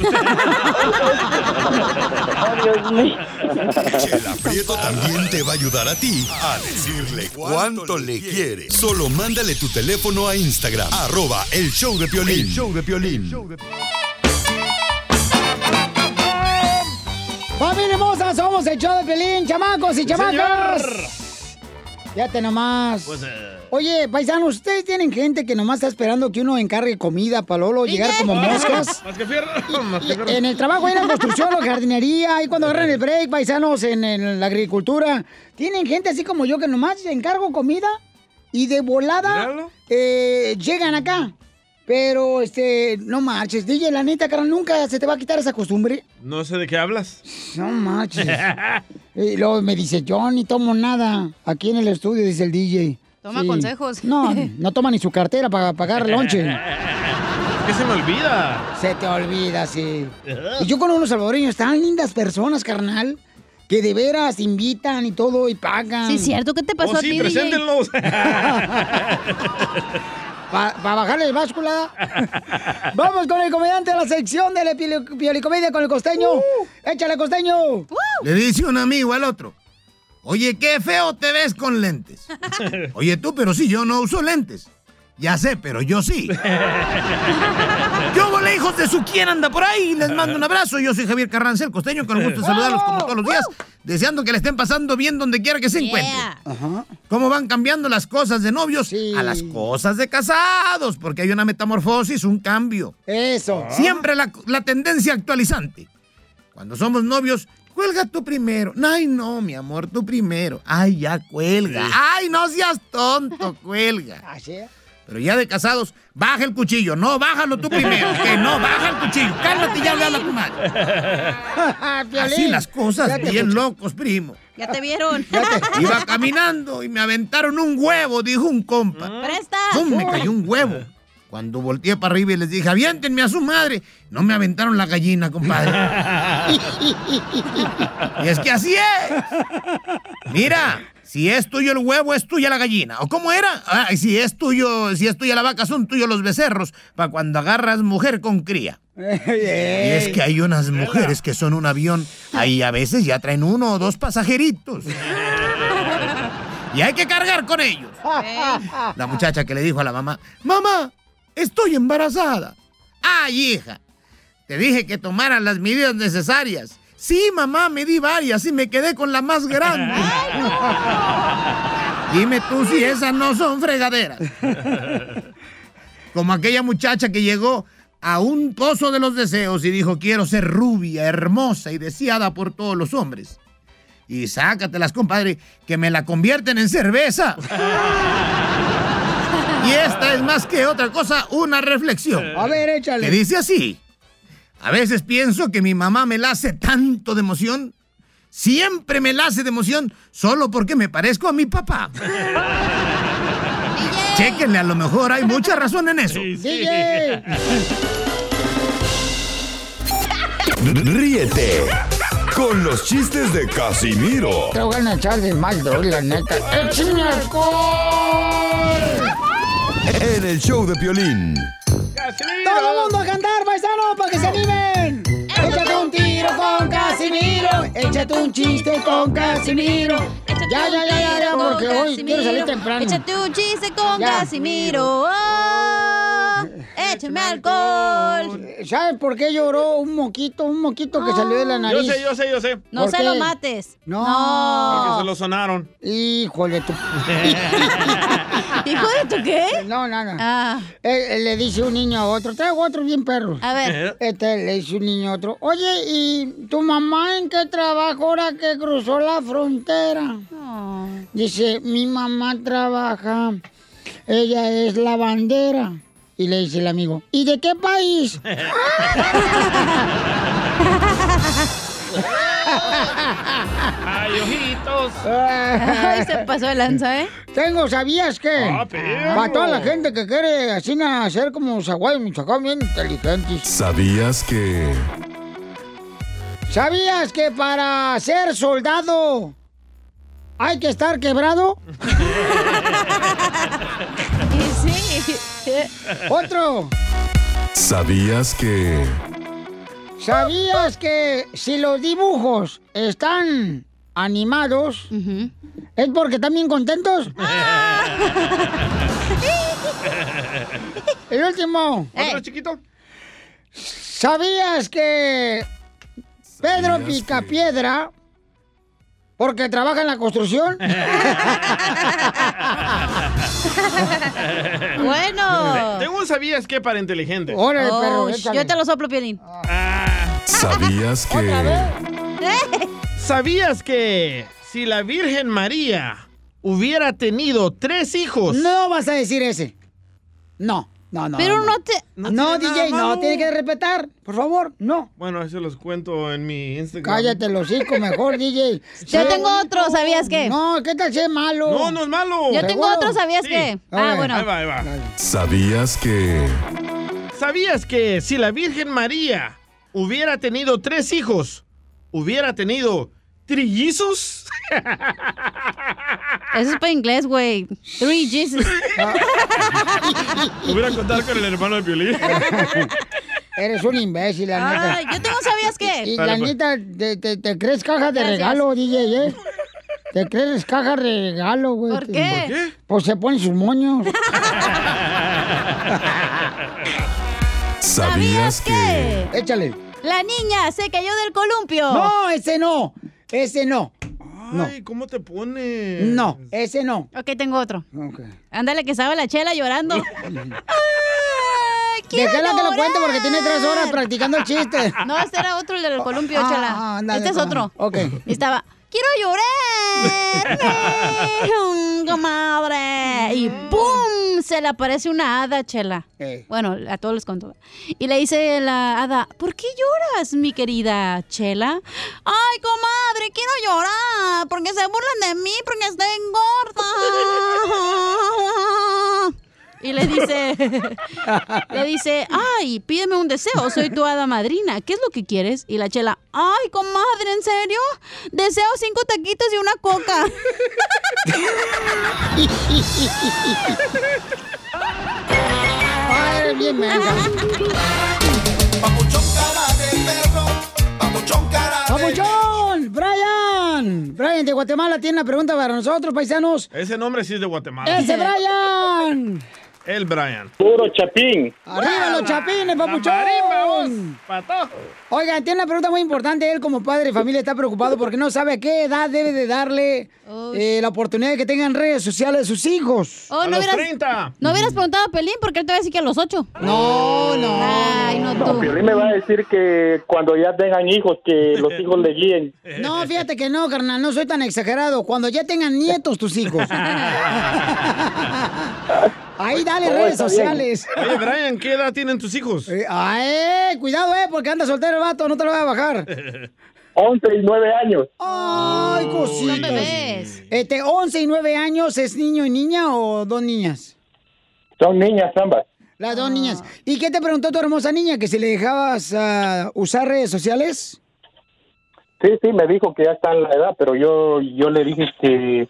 S3: Chela Prieto también te va a ayudar a ti a decirle cuánto le quiere. Solo mándale tu teléfono a Instagram, arroba el show de Piolín.
S1: El
S3: show de Piolín.
S1: ¡Familia hermosa! Somos el show de Pelín, chamacos y
S4: ¡Sí,
S1: chamacas.
S4: señor!
S1: Fíjate nomás.
S4: Pues, eh.
S1: Oye, paisanos, ¿ustedes tienen gente que nomás está esperando que uno encargue comida para Lolo llegar como moscas?
S2: Ah, Más que fierro, más que fierro.
S1: En el trabajo, en la construcción, la jardinería, y cuando agarran el break, paisanos, en, en la agricultura. Tienen gente así como yo que nomás encargo comida y de volada eh, llegan acá. Pero, este, no marches, DJ, la neta, cara, nunca se te va a quitar esa costumbre.
S2: No sé de qué hablas.
S1: No marches. Y luego me dice, yo ni tomo nada. Aquí en el estudio, dice el DJ.
S6: Toma consejos.
S1: No, no toma ni su cartera para pagar el lonche.
S2: Es que se me olvida.
S1: Se te olvida, sí. Y yo con unos salvadoreños, tan lindas personas, carnal, que de veras invitan y todo y pagan.
S6: Sí, cierto. ¿Qué te
S2: Oh,
S6: pasó a ti, DJ?
S1: Para bajarle el báscula. Vamos con el comediante a la sección de la pioli- piolicomedia con el costeño.
S6: Uh.
S1: Échale, costeño.
S12: Le dice un amigo al otro. Oye, qué feo te ves con lentes. Oye, tú, pero si yo no uso lentes. Ya sé, pero yo sí. Yo volé, hijos de su quien anda por ahí. Les mando un abrazo. Yo soy Javier Carrancel, costeño, con el gusto de saludarlos como todos los días. deseando que le estén pasando bien donde quiera que se encuentre. ¿Cómo van cambiando las cosas de novios a las cosas de casados? Porque hay una metamorfosis, un cambio. Ah.
S1: Eso.
S12: Siempre la, la tendencia actualizante. Cuando somos novios, cuelga tú primero. Ay, no, mi amor, tú primero. Ay, ya cuelga. Ay, no seas tonto, cuelga. Pero ya de casados, baja el cuchillo. No, bájalo tú primero. Que no, baja el cuchillo. Cálmate y ya habla la comadre. Así las cosas,
S6: Ya te
S12: bien
S6: escuché.
S12: locos, primo.
S6: Ya te vieron.
S12: Iba caminando y me aventaron un huevo, dijo un compa.
S6: Mm. Presta.
S12: ¡Pum! Me cayó un huevo. Cuando volteé para arriba y les dije, aviéntenme a su madre. No me aventaron la gallina, compadre. y es que así es. Mira, si es tuyo el huevo, es tuya la gallina. ¿O cómo era? Ah, y si es tuyo, si es tuya la vaca, son tuyos los becerros. Para cuando agarras mujer con cría. Y es que hay unas mujeres que son un avión, ahí a veces ya traen uno o dos pasajeritos. Y hay que cargar con ellos. La muchacha que le dijo a la mamá, mamá, estoy embarazada. Ay, hija, te dije que tomaran las medidas necesarias. Sí, mamá, me di varias y me quedé con la más grande. Dime tú si esas no son fregaderas. Como aquella muchacha que llegó a un pozo de los deseos y dijo, quiero ser rubia, hermosa y deseada por todos los hombres. Y sácatelas, compadre, que me la convierten en cerveza. y esta es más que otra cosa, una reflexión.
S1: A ver, échale.
S12: Que dice así. A veces pienso que mi mamá me la hace tanto de emoción. Siempre me la hace de emoción solo porque me parezco a mi papá. Chequenle, a lo mejor hay mucha razón en eso.
S3: Ríete con los chistes de Casimiro
S1: Te voy a echar de mal, doy, la neta.
S6: ¡Eh,
S1: ¡Échame alcohol!
S3: en el show de Piolín.
S1: ¡Todo el mundo a cantar, paisano, para que se animen! ¡Échate un tiro con Casimiro! ¡Échate un chiste con Casimiro! Ya, ya, ya, ya, ya, porque hoy quiero salir temprano.
S6: Échate un chiste con
S1: Ya.
S6: Casimiro. Oh, échame alcohol. Ah.
S1: ¿Sabes por qué lloró un moquito, un moquito que salió de la nariz?
S2: Yo sé, yo sé, yo sé.
S6: No
S1: ¿Por
S6: se
S1: qué?
S6: lo mates.
S1: No.
S2: Porque se lo sonaron.
S1: Híjole, tú.
S6: ¿Hijo de tu qué? Ah.
S1: No, no, no. Eh, eh, le dice un niño a otro, traigo otro bien perro.
S6: A ver.
S1: Este le dice un niño a otro, oye, ¿y tu mamá en qué trabaja ahora que cruzó la frontera? Dice, mi mamá trabaja, ella es la bandera. Y le dice el amigo, ¿y de qué país?
S4: Ay, ojitos.
S6: Ay, se pasó de lanza, ¿eh?
S1: Tengo, ¿sabías qué?
S6: Ah, perro.
S1: Para toda la gente que quiere así na- ser como Zaguay, Michoacán, bien inteligentes.
S3: ¿Sabías que...
S1: ¿Sabías que para ser soldado hay que estar quebrado?
S6: sí.
S1: Otro.
S3: ¿Sabías que...
S1: ¿Sabías que si los dibujos están animados, es porque están bien contentos? El último. Eh.
S2: ¿Otro chiquito?
S1: ¿Sabías que Pedro Picapiedra, porque trabaja en la construcción?
S6: Bueno.
S2: Tengo un sabías qué para inteligente.
S1: Órale,
S6: Oh, sh- yo te lo soplo, Piolín.
S3: ¿Sabías que...
S6: ¿Eh?
S2: ¿Sabías que si la Virgen María hubiera tenido tres hijos?
S1: No vas a decir ese. No, no, no.
S2: Pero no
S6: te.
S1: No,
S2: tiene
S1: DJ,
S2: nada
S1: no,
S2: malo.
S1: tiene que respetar. Por favor, no.
S2: Bueno, eso los cuento en mi Instagram.
S1: Cállate el hocico mejor, DJ.
S2: Yo tengo
S6: otro, ¿sabías qué?
S1: No, ¿qué tal si es malo?
S2: No, no es malo.
S6: Yo tengo otro, ¿sabías
S2: Sí.
S6: qué? Ah, bueno.
S2: Ahí va, ahí va.
S3: ¿Sabías que...
S2: ¿Sabías que si la Virgen María hubiera tenido tres hijos, hubiera tenido trillizos?
S6: Eso es para inglés, güey. Three Jesus.
S2: Hubiera contado con el hermano de Piolín.
S1: Eres un imbécil, la neta.
S6: Ay, yo tengo sabías
S1: Y
S6: qué.
S1: la
S2: pues.
S1: neta, te, te- te crees caja de
S6: Gracias.
S1: regalo, DJ, ¿eh? Te crees caja de regalo, güey.
S6: ¿Por qué? ¿Por qué?
S1: Pues se ponen sus moños.
S3: ¿Sabías que...
S1: Échale.
S6: La niña se cayó del columpio.
S1: No, ese no. Ese no.
S2: Ay, ¿cómo te pones?
S1: No, ese no.
S6: Ok, tengo otro. Ándale, que estaba la chela llorando. quiero
S1: Déjala que lo
S6: llorar.
S1: cuente porque tiene tres horas practicando el chiste.
S6: No, este era otro, el del columpio,
S1: Ah,
S6: chela.
S1: ah, ándale,
S6: este es
S1: cómo
S6: otro.
S1: no. Ok.
S6: Y estaba, quiero llorar, comadre. Y ¡pum! Se le aparece una hada, chela.
S1: Ey.
S6: Bueno, a todos les contó. Y le dice la hada, ¿por qué lloras, mi querida chela? Ay, comadre, quiero llorar porque se burlan de mí porque estoy gorda. Y le dice, le dice, ay, pídeme un deseo, soy tu hada madrina, ¿qué es lo que quieres? Y la chela, ay, comadre, ¿en serio? Deseo cinco taquitos y una coca.
S1: Ay, eres bien mensa. ¡Papuchón! ¡Brian! Brian de Guatemala tiene una pregunta para nosotros, paisanos.
S2: Ese nombre sí es de Guatemala.
S1: ¡Ese Brian!
S2: El Brian.
S10: Puro chapín.
S1: ¡Arriba los chapines, papuchón! Oigan, tiene una pregunta muy importante. Él como padre de familia está preocupado porque no sabe a qué edad debe de darle eh, la oportunidad de que tengan redes sociales sus hijos.
S6: Oh, no hubieras, no hubieras preguntado a Pelín porque él te va a decir que a los ocho.
S1: No, no.
S6: Ay, no tú.
S10: Piolín me va a decir que cuando ya tengan hijos, que los hijos le guíen.
S1: No, fíjate que no, carnal, no soy tan exagerado. Cuando ya tengan nietos tus hijos. Ahí dale
S2: Oh,
S1: redes
S2: está bien.
S1: sociales.
S2: Oye, Brian, ¿qué edad tienen tus hijos?
S1: Eh, Ay, cuidado, eh, porque anda soltero el vato, no te lo voy a bajar. Oh,
S10: 11 y 9 años.
S1: Ay, cositas.
S10: Son bebés.
S1: Este, 11 y 9 años, ¿es niño y niña o dos niñas?
S10: Son niñas ambas.
S1: Las dos niñas. ¿Y qué te preguntó tu hermosa niña? ¿Que si le dejabas ah, usar redes sociales?
S10: Sí, sí, me dijo que ya está en la edad, pero yo, yo le dije que,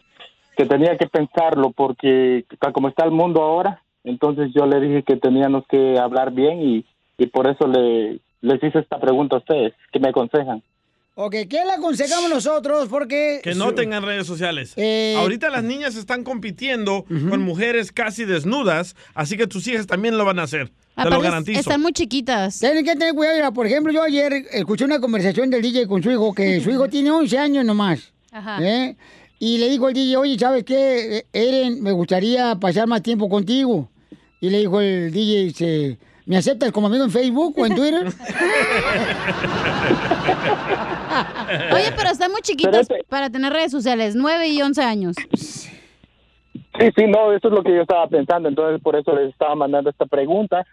S10: que tenía que pensarlo porque tal como está el mundo ahora, entonces yo le dije que teníamos que hablar bien y, y por eso le, les hice esta pregunta a ustedes, que me aconsejan.
S1: Ok, ¿qué le aconsejamos nosotros? Porque...
S2: Que no tengan redes sociales.
S1: Eh.
S2: Ahorita las niñas están compitiendo con mujeres casi desnudas, así que tus hijas también lo van a hacer. Te lo
S6: Aparte,
S2: garantizo.
S6: están muy chiquitas.
S1: Tienen que tener cuidado. Mira, por ejemplo, yo ayer escuché una conversación del DJ con su hijo, que su hijo tiene 11 años nomás.
S6: Ajá.
S1: ¿eh? Y le dijo el DJ, oye, ¿sabes qué? Eh, Eren, me gustaría pasar más tiempo contigo. Y le dijo el DJ, dice, ¿me aceptas como amigo en Facebook o en Twitter?
S6: Oye, pero están muy chiquitas
S1: este
S6: para tener redes sociales, 9 y 11 años.
S10: Sí, sí, no, eso es lo que yo estaba pensando, entonces por eso les estaba mandando esta pregunta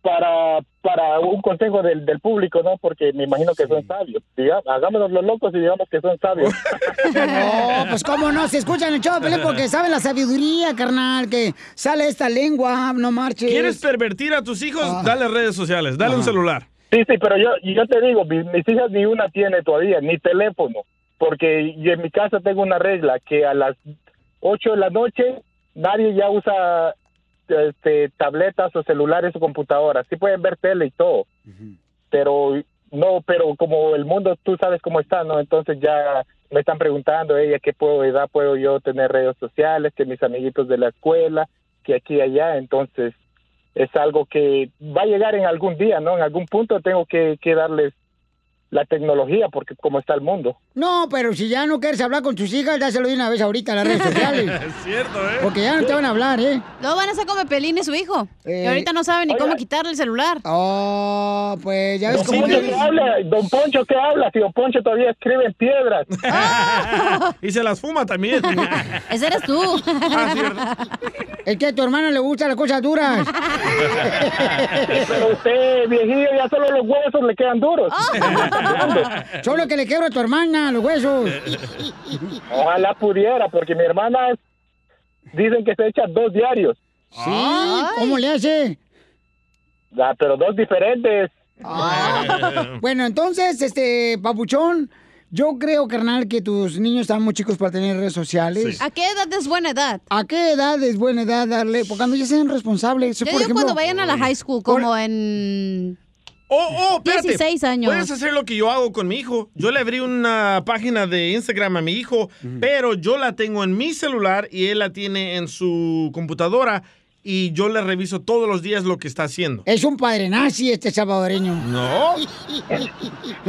S10: para, para un consejo del, del público, ¿no? Porque me imagino que son sabios. Diga- hagámonos los locos y digamos que son sabios.
S1: no, pues cómo no, se escuchan el show, Pelín, porque saben la sabiduría, carnal, que sale esta lengua, no marches.
S2: ¿Quieres pervertir a tus hijos?
S10: Ah.
S2: Dale redes sociales, dale un celular.
S10: Sí, sí, pero yo, yo te digo, mi- mis hijas ni una tiene todavía, ni teléfono, porque y en mi casa tengo una regla que a las 8 de la noche nadie ya usa este, tabletas o celulares o computadoras. Sí pueden ver tele y todo, pero no, pero como el mundo, tú sabes cómo está, ¿no? Entonces ya me están preguntando, ella, ¿qué puedo, edad puedo yo tener redes sociales? Que mis amiguitos de la escuela, que aquí y allá, entonces es algo que va a llegar en algún día, ¿no? En algún punto tengo que, que darles la tecnología porque como está el mundo.
S1: No, pero si ya no quieres hablar con tus hijas, dáselo de una vez ahorita a las redes sociales.
S2: cierto, ¿eh?
S1: Porque ya no te van a hablar, ¿eh?
S6: Luego van a ser como Pelín y su hijo.
S1: Eh,
S6: y ahorita no saben ni
S1: oiga.
S6: cómo quitarle el celular.
S1: Oh, pues ya
S10: Don Poncho, ¿qué habla? Don Poncho, ¿qué habla? Si Don Poncho todavía escribe en piedras.
S1: Ah.
S2: y se las fuma también.
S6: Ese eres tú.
S1: Es que a tu hermana le gustan las cosas duras.
S10: Pero usted, viejillo, ya solo los huesos le quedan duros.
S1: Solo que le quiebro a tu hermana, los huesos.
S10: Ojalá pudiera, porque mi hermana es- dicen que se echa dos diarios.
S1: Sí, ¿cómo le hace?
S10: Ah, pero dos diferentes.
S6: Oh.
S1: Bueno, entonces, este, papuchón, yo creo, carnal, que tus niños están muy chicos para tener redes sociales.
S6: ¿A qué edad es buena edad?
S1: ¿A qué edad es buena edad darle? Porque cuando ya sean responsables.
S6: Yo
S1: por
S6: digo
S1: ejemplo,
S6: cuando vayan a la high school, como en...
S2: Oh, oh, espérate.
S6: 16 años.
S2: Puedes hacer lo que yo hago con mi hijo. Yo le abrí una página de Instagram a mi hijo, pero yo la tengo en mi celular y él la tiene en su computadora y yo le reviso todos los días lo que está haciendo.
S1: Es un padre nazi este salvadoreño.
S2: No.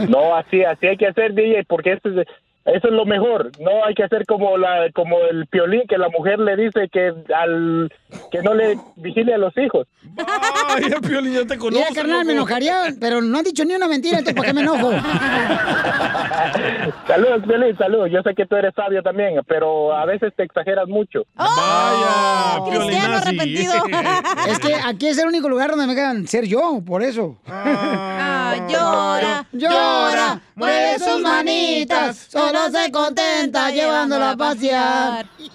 S10: No, así, así hay que hacer, DJ, porque esto es, Eso es lo mejor. No hay que hacer como la como el piolín que la mujer le dice que al que no le vigile a los hijos.
S2: Ay, el piolín ya te
S1: Mira, carnal, me enojaría, pero no han dicho ni una mentira, entonces ¿para qué me enojo?
S10: Saludos, Piolín, saludos. Yo sé que tú eres sabio también, pero a veces te exageras mucho.
S2: Vaya,
S1: Cristiano
S2: arrepentido.
S1: Es que aquí es el único lugar donde me dejan ser yo, por eso.
S6: Ah,
S1: Ah,
S4: llora, llora, mueve sus manitas, solo se contenta llevándola a pasear.
S1: ah,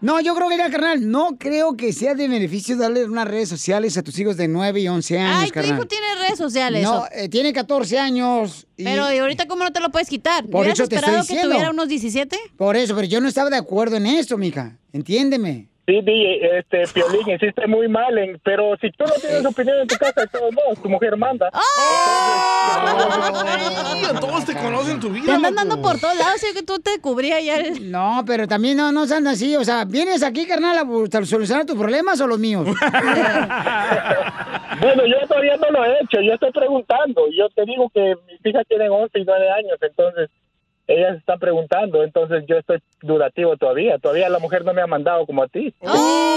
S1: No, yo creo que ya, carnal, no creo que sea de beneficio darle unas redes sociales a tus hijos de 9 y 11 años,
S6: Ay, tu
S1: carnal.
S6: hijo tiene redes sociales.
S1: No,
S6: eso.
S1: eh, tiene 14 años. y-
S6: Pero ¿y ahorita cómo no te lo puedes quitar?
S1: Por
S6: ¿Hubieras
S1: eso te estoy
S6: esperado
S1: diciendo.
S6: que tuviera unos 17?
S1: Por eso, pero yo no estaba de acuerdo en esto, mija. Entiéndeme.
S10: Sí, DJ, este, Piolín, hiciste muy mal, en- pero si tú no tienes opinión en tu casa, de todos modos, tu mujer manda.
S2: Todos te conocen tu vida.
S1: Te andan
S6: dando por todos lados, yo que tú te cubrías ya el...
S1: No, pero también no, no sean así. O sea, ¿vienes aquí, carnal, a bu- a solucionar tus problemas o los míos?
S10: Bueno, yo todavía no lo he hecho, yo estoy preguntando. Yo te digo que mis hijas tienen 11 y 9 años, entonces ellas están preguntando, entonces yo estoy dudativo todavía. Todavía la mujer no me ha mandado como a ti.
S2: Oh.
S6: Oh,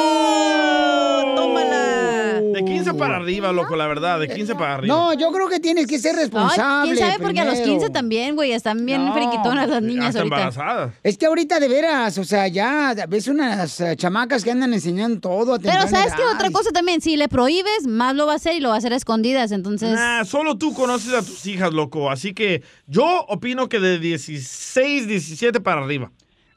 S2: De 15 para arriba, loco, la verdad, de 15 para arriba.
S1: No, yo creo que tienes que ser
S6: Ay,
S1: responsable.
S6: ¿Quién sabe? Porque a los
S1: primero.
S6: 15 también, güey, están bien
S1: No.
S6: friquitonas las niñas
S2: Hasta
S6: ahorita.
S2: embarazadas.
S1: Es que ahorita de veras, o sea, ya ves unas eh, chamacas que andan enseñando todo a
S6: Pero
S1: temprana
S6: ¿sabes
S1: edad.
S6: qué? Otra cosa también, si le prohíbes, más lo va a hacer y lo va a hacer a escondidas, entonces...
S2: Nah, solo tú conoces a tus hijas, loco. Así que yo opino que de 16, 17 para arriba.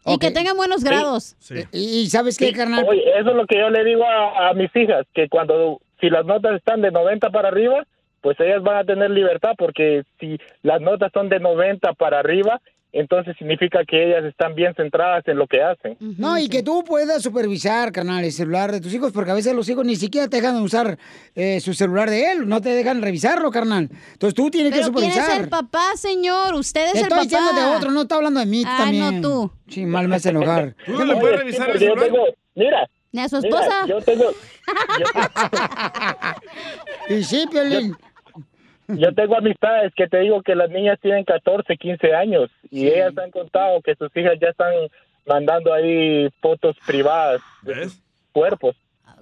S6: Y que tengan buenos grados.
S2: Sí.
S1: ¿Y sabes qué, carnal?
S10: Oye, eso es lo que yo le digo a, a mis hijas, que cuando, si las notas están de 90 para arriba, pues ellas van a tener libertad, porque si las notas son de 90 para arriba, entonces significa que ellas están bien centradas en lo que hacen.
S1: No, y que tú puedas supervisar, carnal, el celular de tus hijos, porque a veces los hijos ni siquiera te dejan usar eh, su celular de él, no te dejan revisarlo, carnal. Entonces tú tienes que
S6: Pero ¿quién es
S1: supervisar.
S6: el papá, señor? Usted es
S1: Te
S6: el
S1: estoy
S6: papá.
S1: diciendo de otro, no está hablando de mí tú
S6: Ah,
S1: también.
S6: no tú.
S1: Sí, mal me hace enojar.
S10: Tú no le puedes Oye, revisar sí, el porque yo celular. tengo- mira.
S6: Ni a su
S10: Mira,
S6: esposa.
S10: yo tengo...
S1: Y sí, Piolín.
S10: Yo tengo amistades que te digo que las niñas tienen 14, 15 años y ellas han contado que sus hijas ya están mandando ahí fotos privadas de sus cuerpos.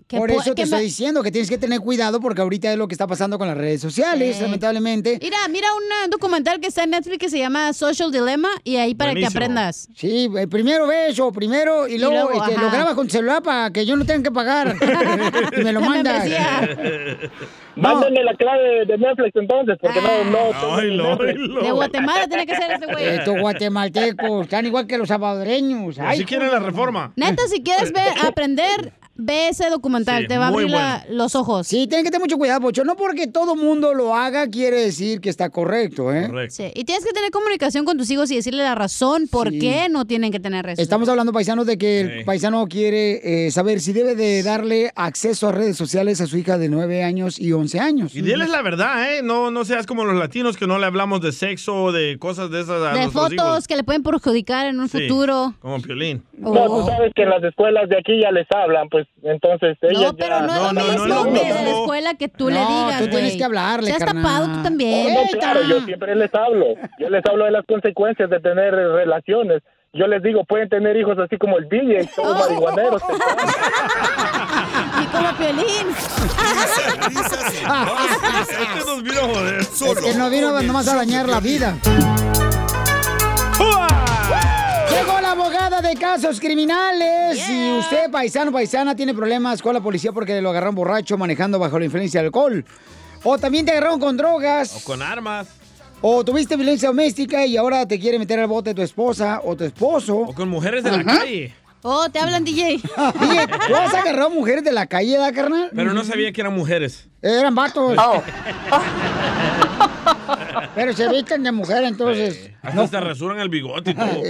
S1: Que Por
S10: pu-
S1: eso
S10: que
S1: te estoy
S10: me-
S1: diciendo que tienes que tener cuidado porque ahorita es lo que está pasando con las redes sociales,
S6: Sí.
S1: lamentablemente.
S6: Mira, mira un documental que está en Netflix que se llama Social Dilemma y ahí para que
S1: Buenísimo.
S6: aprendas.
S1: Sí, eh, primero beso, primero y
S6: Y
S1: luego,
S6: luego,
S1: este, lo
S6: ajá.
S1: grabas con tu celular para que yo no tenga que pagar y me lo
S10: La
S1: mandas.
S10: Mándenme la clave Eh, de Netflix entonces, porque no,
S6: Ah.
S10: no. tengo ni Netflix.
S6: De Guatemala tiene que ser este güey.
S1: Eh, Estos guatemaltecos están igual que los salvadoreños. Ay,
S2: Así quiere la reforma.
S6: Neta, si quieres ver, aprender, ve ese documental.
S2: Sí,
S6: te va a
S2: muy
S6: abrir la- los ojos.
S1: Sí, tienen que tener mucho cuidado, Pocho. No porque todo mundo lo haga quiere decir que está correcto, ¿eh?
S6: Sí, Y tienes que tener comunicación con tus hijos y decirle la razón por
S1: Sí.
S6: qué no tienen que tener redes
S1: Estamos
S6: sociales.
S1: hablando, paisanos, de que el paisano quiere eh, saber si debe de darle acceso a redes sociales a su hija de 9 años y 11 años.
S2: Y diles la verdad, ¿eh? No, no seas como los latinos que no le hablamos de sexo, de cosas de esas a
S6: De
S2: nuestros hijos.
S6: fotos Oh. que le pueden perjudicar en un
S2: Sí,
S6: futuro.
S2: Como Piolín.
S10: No, tú sabes que en las escuelas de aquí ya les hablan, pues entonces ellas
S6: pero
S10: ya-
S6: no es lo mismo que de la escuela que tú le
S10: No,
S6: digas,
S10: tú tienes
S6: güey.
S10: que hablarle,
S6: Seas
S10: carnal.
S6: tapado tú también.
S10: Oh, no, claro, yo siempre les hablo. Yo les hablo de las consecuencias de tener eh, relaciones. Yo les digo, pueden tener hijos así como el DJ, todos marihuaneros.
S6: Y como Piolín.
S2: Este nos vino a joder.
S1: Es que no vino nomás a dañar la vida. Llegó la abogada de casos criminales. Si usted, paisano o paisana, tiene problemas con la policía porque lo agarraron borracho manejando bajo la influencia del alcohol. O también te agarraron con drogas.
S2: O con armas.
S1: O tuviste violencia doméstica y ahora te quiere meter al bote tu esposa o tu esposo. O
S2: con mujeres de la calle.
S6: Oh, te hablan, DJ.
S1: DJ, ¿tú has agarrado mujeres de la calle, da, carnal?
S2: Pero no sabía que eran mujeres.
S1: Eran vatos. Pero se visten de mujer, entonces.
S2: Hasta se rasuran el bigote y todo.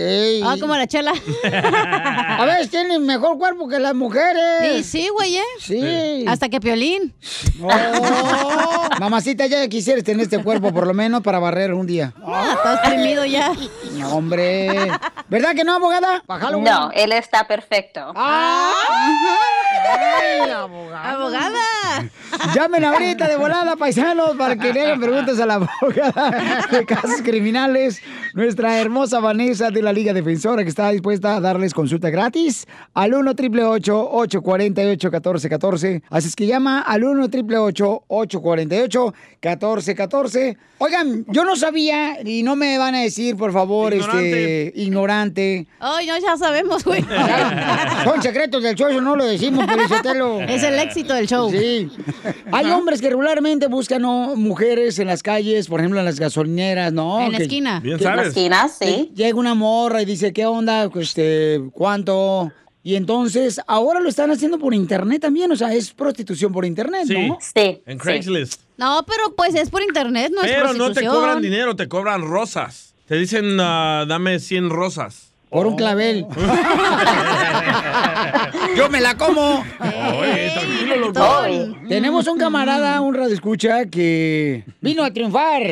S1: Ah,
S6: como la chela.
S1: A veces tienen mejor cuerpo que las mujeres.
S6: Ah. Sí, sí, güey, ¿eh?
S1: Sí. Oh.
S6: Hasta que Piolín.
S1: Mamacita, ya quisieras tener este cuerpo, por lo menos, para barrer un día.
S6: estás Ah, oprimido ya.
S1: No, hombre. ¿Verdad que no, abogada? Bájalo, güey.
S6: Ah.
S8: No, él está perfecto.
S1: Ah.
S6: Abogada.
S1: Llamen ahorita de volada, paisanos, para que le hagan preguntas a la abogada de casos criminales. Nuestra hermosa Vanessa de la Liga Defensora, que está dispuesta a darles consulta gratis al 1 888 848 1414 Así es que llama al 1 888 848 1414 Oigan, yo no sabía, y no me van a decir, por favor,
S6: Ignorante.
S1: este ignorante.
S6: Ay, no, ya sabemos, güey.
S1: Son secretos del show, eso no lo decimos, pero
S6: Es el éxito del show.
S1: Sí. Hay hombres que regularmente buscan ¿no? mujeres en las calles, por ejemplo, en las gasolineras, ¿no?
S6: En la
S1: Que-
S6: esquina. Bien
S1: que-
S6: sabes. En la esquina, sí.
S1: que Llega una morra y dice, ¿qué onda? Este, ¿Cuánto? Y entonces, ahora lo están haciendo por internet también, o sea, es prostitución por internet, ¿no?
S6: Sí.
S2: En Craigslist.
S6: No, pero pues es por internet, no es
S2: Pero no te
S6: prostitución.
S2: cobran dinero, te cobran rosas. Te dicen, ah, dame 100 rosas.
S1: Por un clavel. Yo me la como.
S4: loco.
S1: Tenemos un camarada, un radioescucha que vino a triunfar.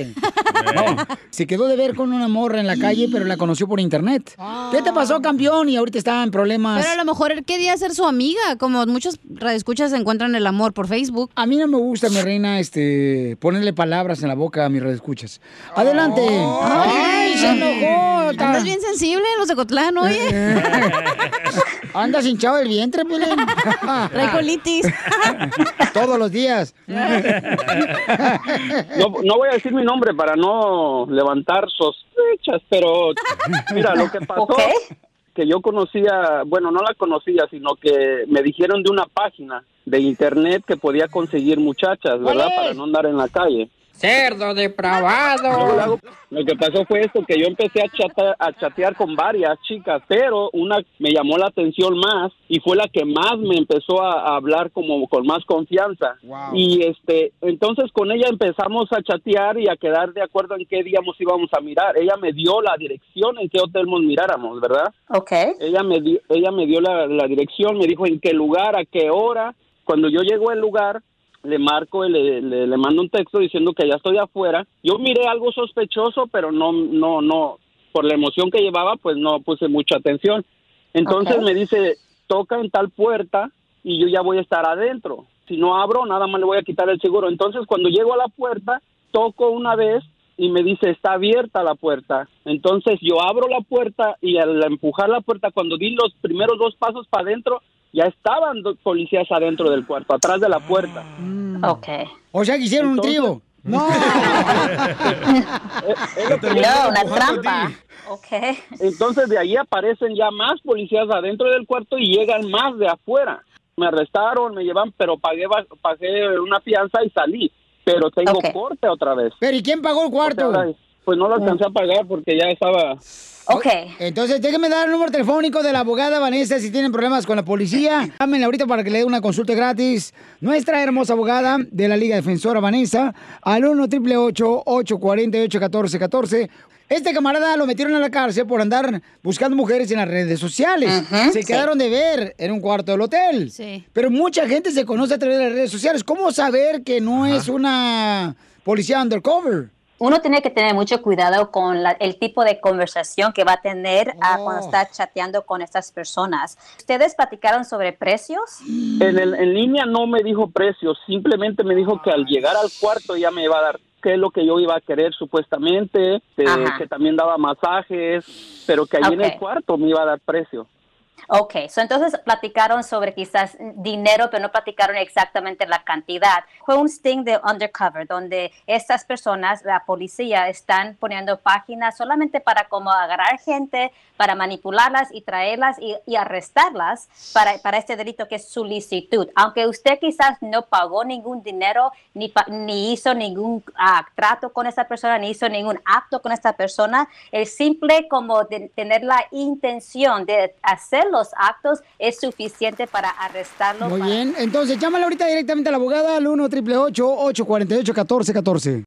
S1: No, se quedó de ver con una morra en la calle, pero la conoció por internet. ¿Qué te pasó, campeón? Y ahorita está en problemas.
S6: Pero a lo mejor él quería ser su amiga, como muchos radioescuchas encuentran el amor por Facebook.
S1: A mí no me gusta, mi reina, este, ponerle palabras en la boca a mis radioescuchas. Adelante.
S6: Oh.
S1: Ay, se enojó. ta-
S6: Andas bien sensible, los de Cotlán, oye.
S1: Andas hinchado el vientre, Piolín.
S6: Trae colitis.
S1: Todos los días.
S8: No, no voy a decir mi nombre para no levantar sospechas, pero mira, lo que pasó, que yo conocía, bueno, no la conocía, sino que me dijeron de una página de internet que podía conseguir muchachas, ¿verdad? Para no andar en la calle.
S13: Cerdo
S8: Luego,
S13: depravado.
S8: luego, Lo que pasó fue esto, que yo empecé a chatear, a chatear con varias chicas, pero una me llamó la atención más y fue la que más me empezó a, a hablar como con más confianza. Y este, entonces con ella empezamos a chatear y a quedar de acuerdo en qué día nos íbamos a mirar. Ella me dio la dirección en qué hotel nos miráramos, ¿verdad?
S21: Ok.
S8: Ella me, di- ella me dio la, la dirección, me dijo en qué lugar, a qué hora. Cuando yo llego al lugar, le marco, y le, le, le mando un texto diciendo que ya estoy afuera. Yo miré algo sospechoso, pero no, no, no, por la emoción que llevaba, pues no puse mucha atención. Entonces
S21: Ok.
S8: me dice, toca en tal puerta y yo ya voy a estar adentro. Si no abro, nada más le voy a quitar el seguro. Entonces cuando llego a la puerta, toco una vez y me dice, está abierta la puerta. Entonces yo abro la puerta y al empujar la puerta, cuando di los primeros dos pasos para adentro, ya estaban dos policías adentro del cuarto, atrás de la puerta.
S21: Ok.
S1: O sea que hicieron un trío. No.
S8: Eh,
S21: No, una trampa. Ok.
S8: Entonces de ahí aparecen ya más policías adentro del cuarto y llegan más de afuera. Me arrestaron, me llevan, pero pagué, ba- pagué una fianza y salí. Pero tengo corte otra vez.
S1: Pero ¿y quién pagó el cuarto?
S8: pues no lo alcancé a pagar porque ya estaba...
S1: Ok. Entonces, déjenme dar el número telefónico de la abogada Vanessa si tienen problemas con la policía. Llámenla ahorita para que le dé una consulta gratis. Nuestra hermosa abogada de la Liga Defensora Vanessa al 1 888 848 1414 Este camarada lo metieron a la cárcel por andar buscando mujeres en las redes sociales.
S21: Ujú,
S1: se
S21: sí.
S1: quedaron de ver en un cuarto del hotel.
S21: Sí.
S1: Pero mucha gente se conoce a través de las redes sociales. ¿Cómo saber que no es una policía undercover?
S21: Uno tiene que tener mucho cuidado con la- el tipo de conversación que va a tener ah, cuando está chateando con estas personas. ¿Ustedes platicaron sobre precios?
S8: En, el- en línea no me dijo precios, simplemente me dijo que al llegar al cuarto ya me iba a dar qué es lo que yo iba a querer supuestamente, eh,
S21: Ajá.
S8: que también daba masajes, pero que ahí en el
S21: Ok.
S8: cuarto me iba a dar precio.
S21: Ok, so entonces platicaron sobre quizás dinero, pero no platicaron exactamente la cantidad. Fue un sting de undercover, donde estas personas, la policía, están poniendo páginas solamente para como agarrar gente, para manipularlas y traerlas y, y arrestarlas para, para este delito que es solicitud. Aunque usted quizás no pagó ningún dinero, ni, pa- ni hizo ningún ah, trato con esta persona, ni hizo ningún acto con esta persona, el simple como de tener la intención de hacer los actos es suficiente para arrestarlo.
S1: Muy
S21: para-
S1: bien, entonces llámale ahorita directamente a la abogada al 1 888 848 1414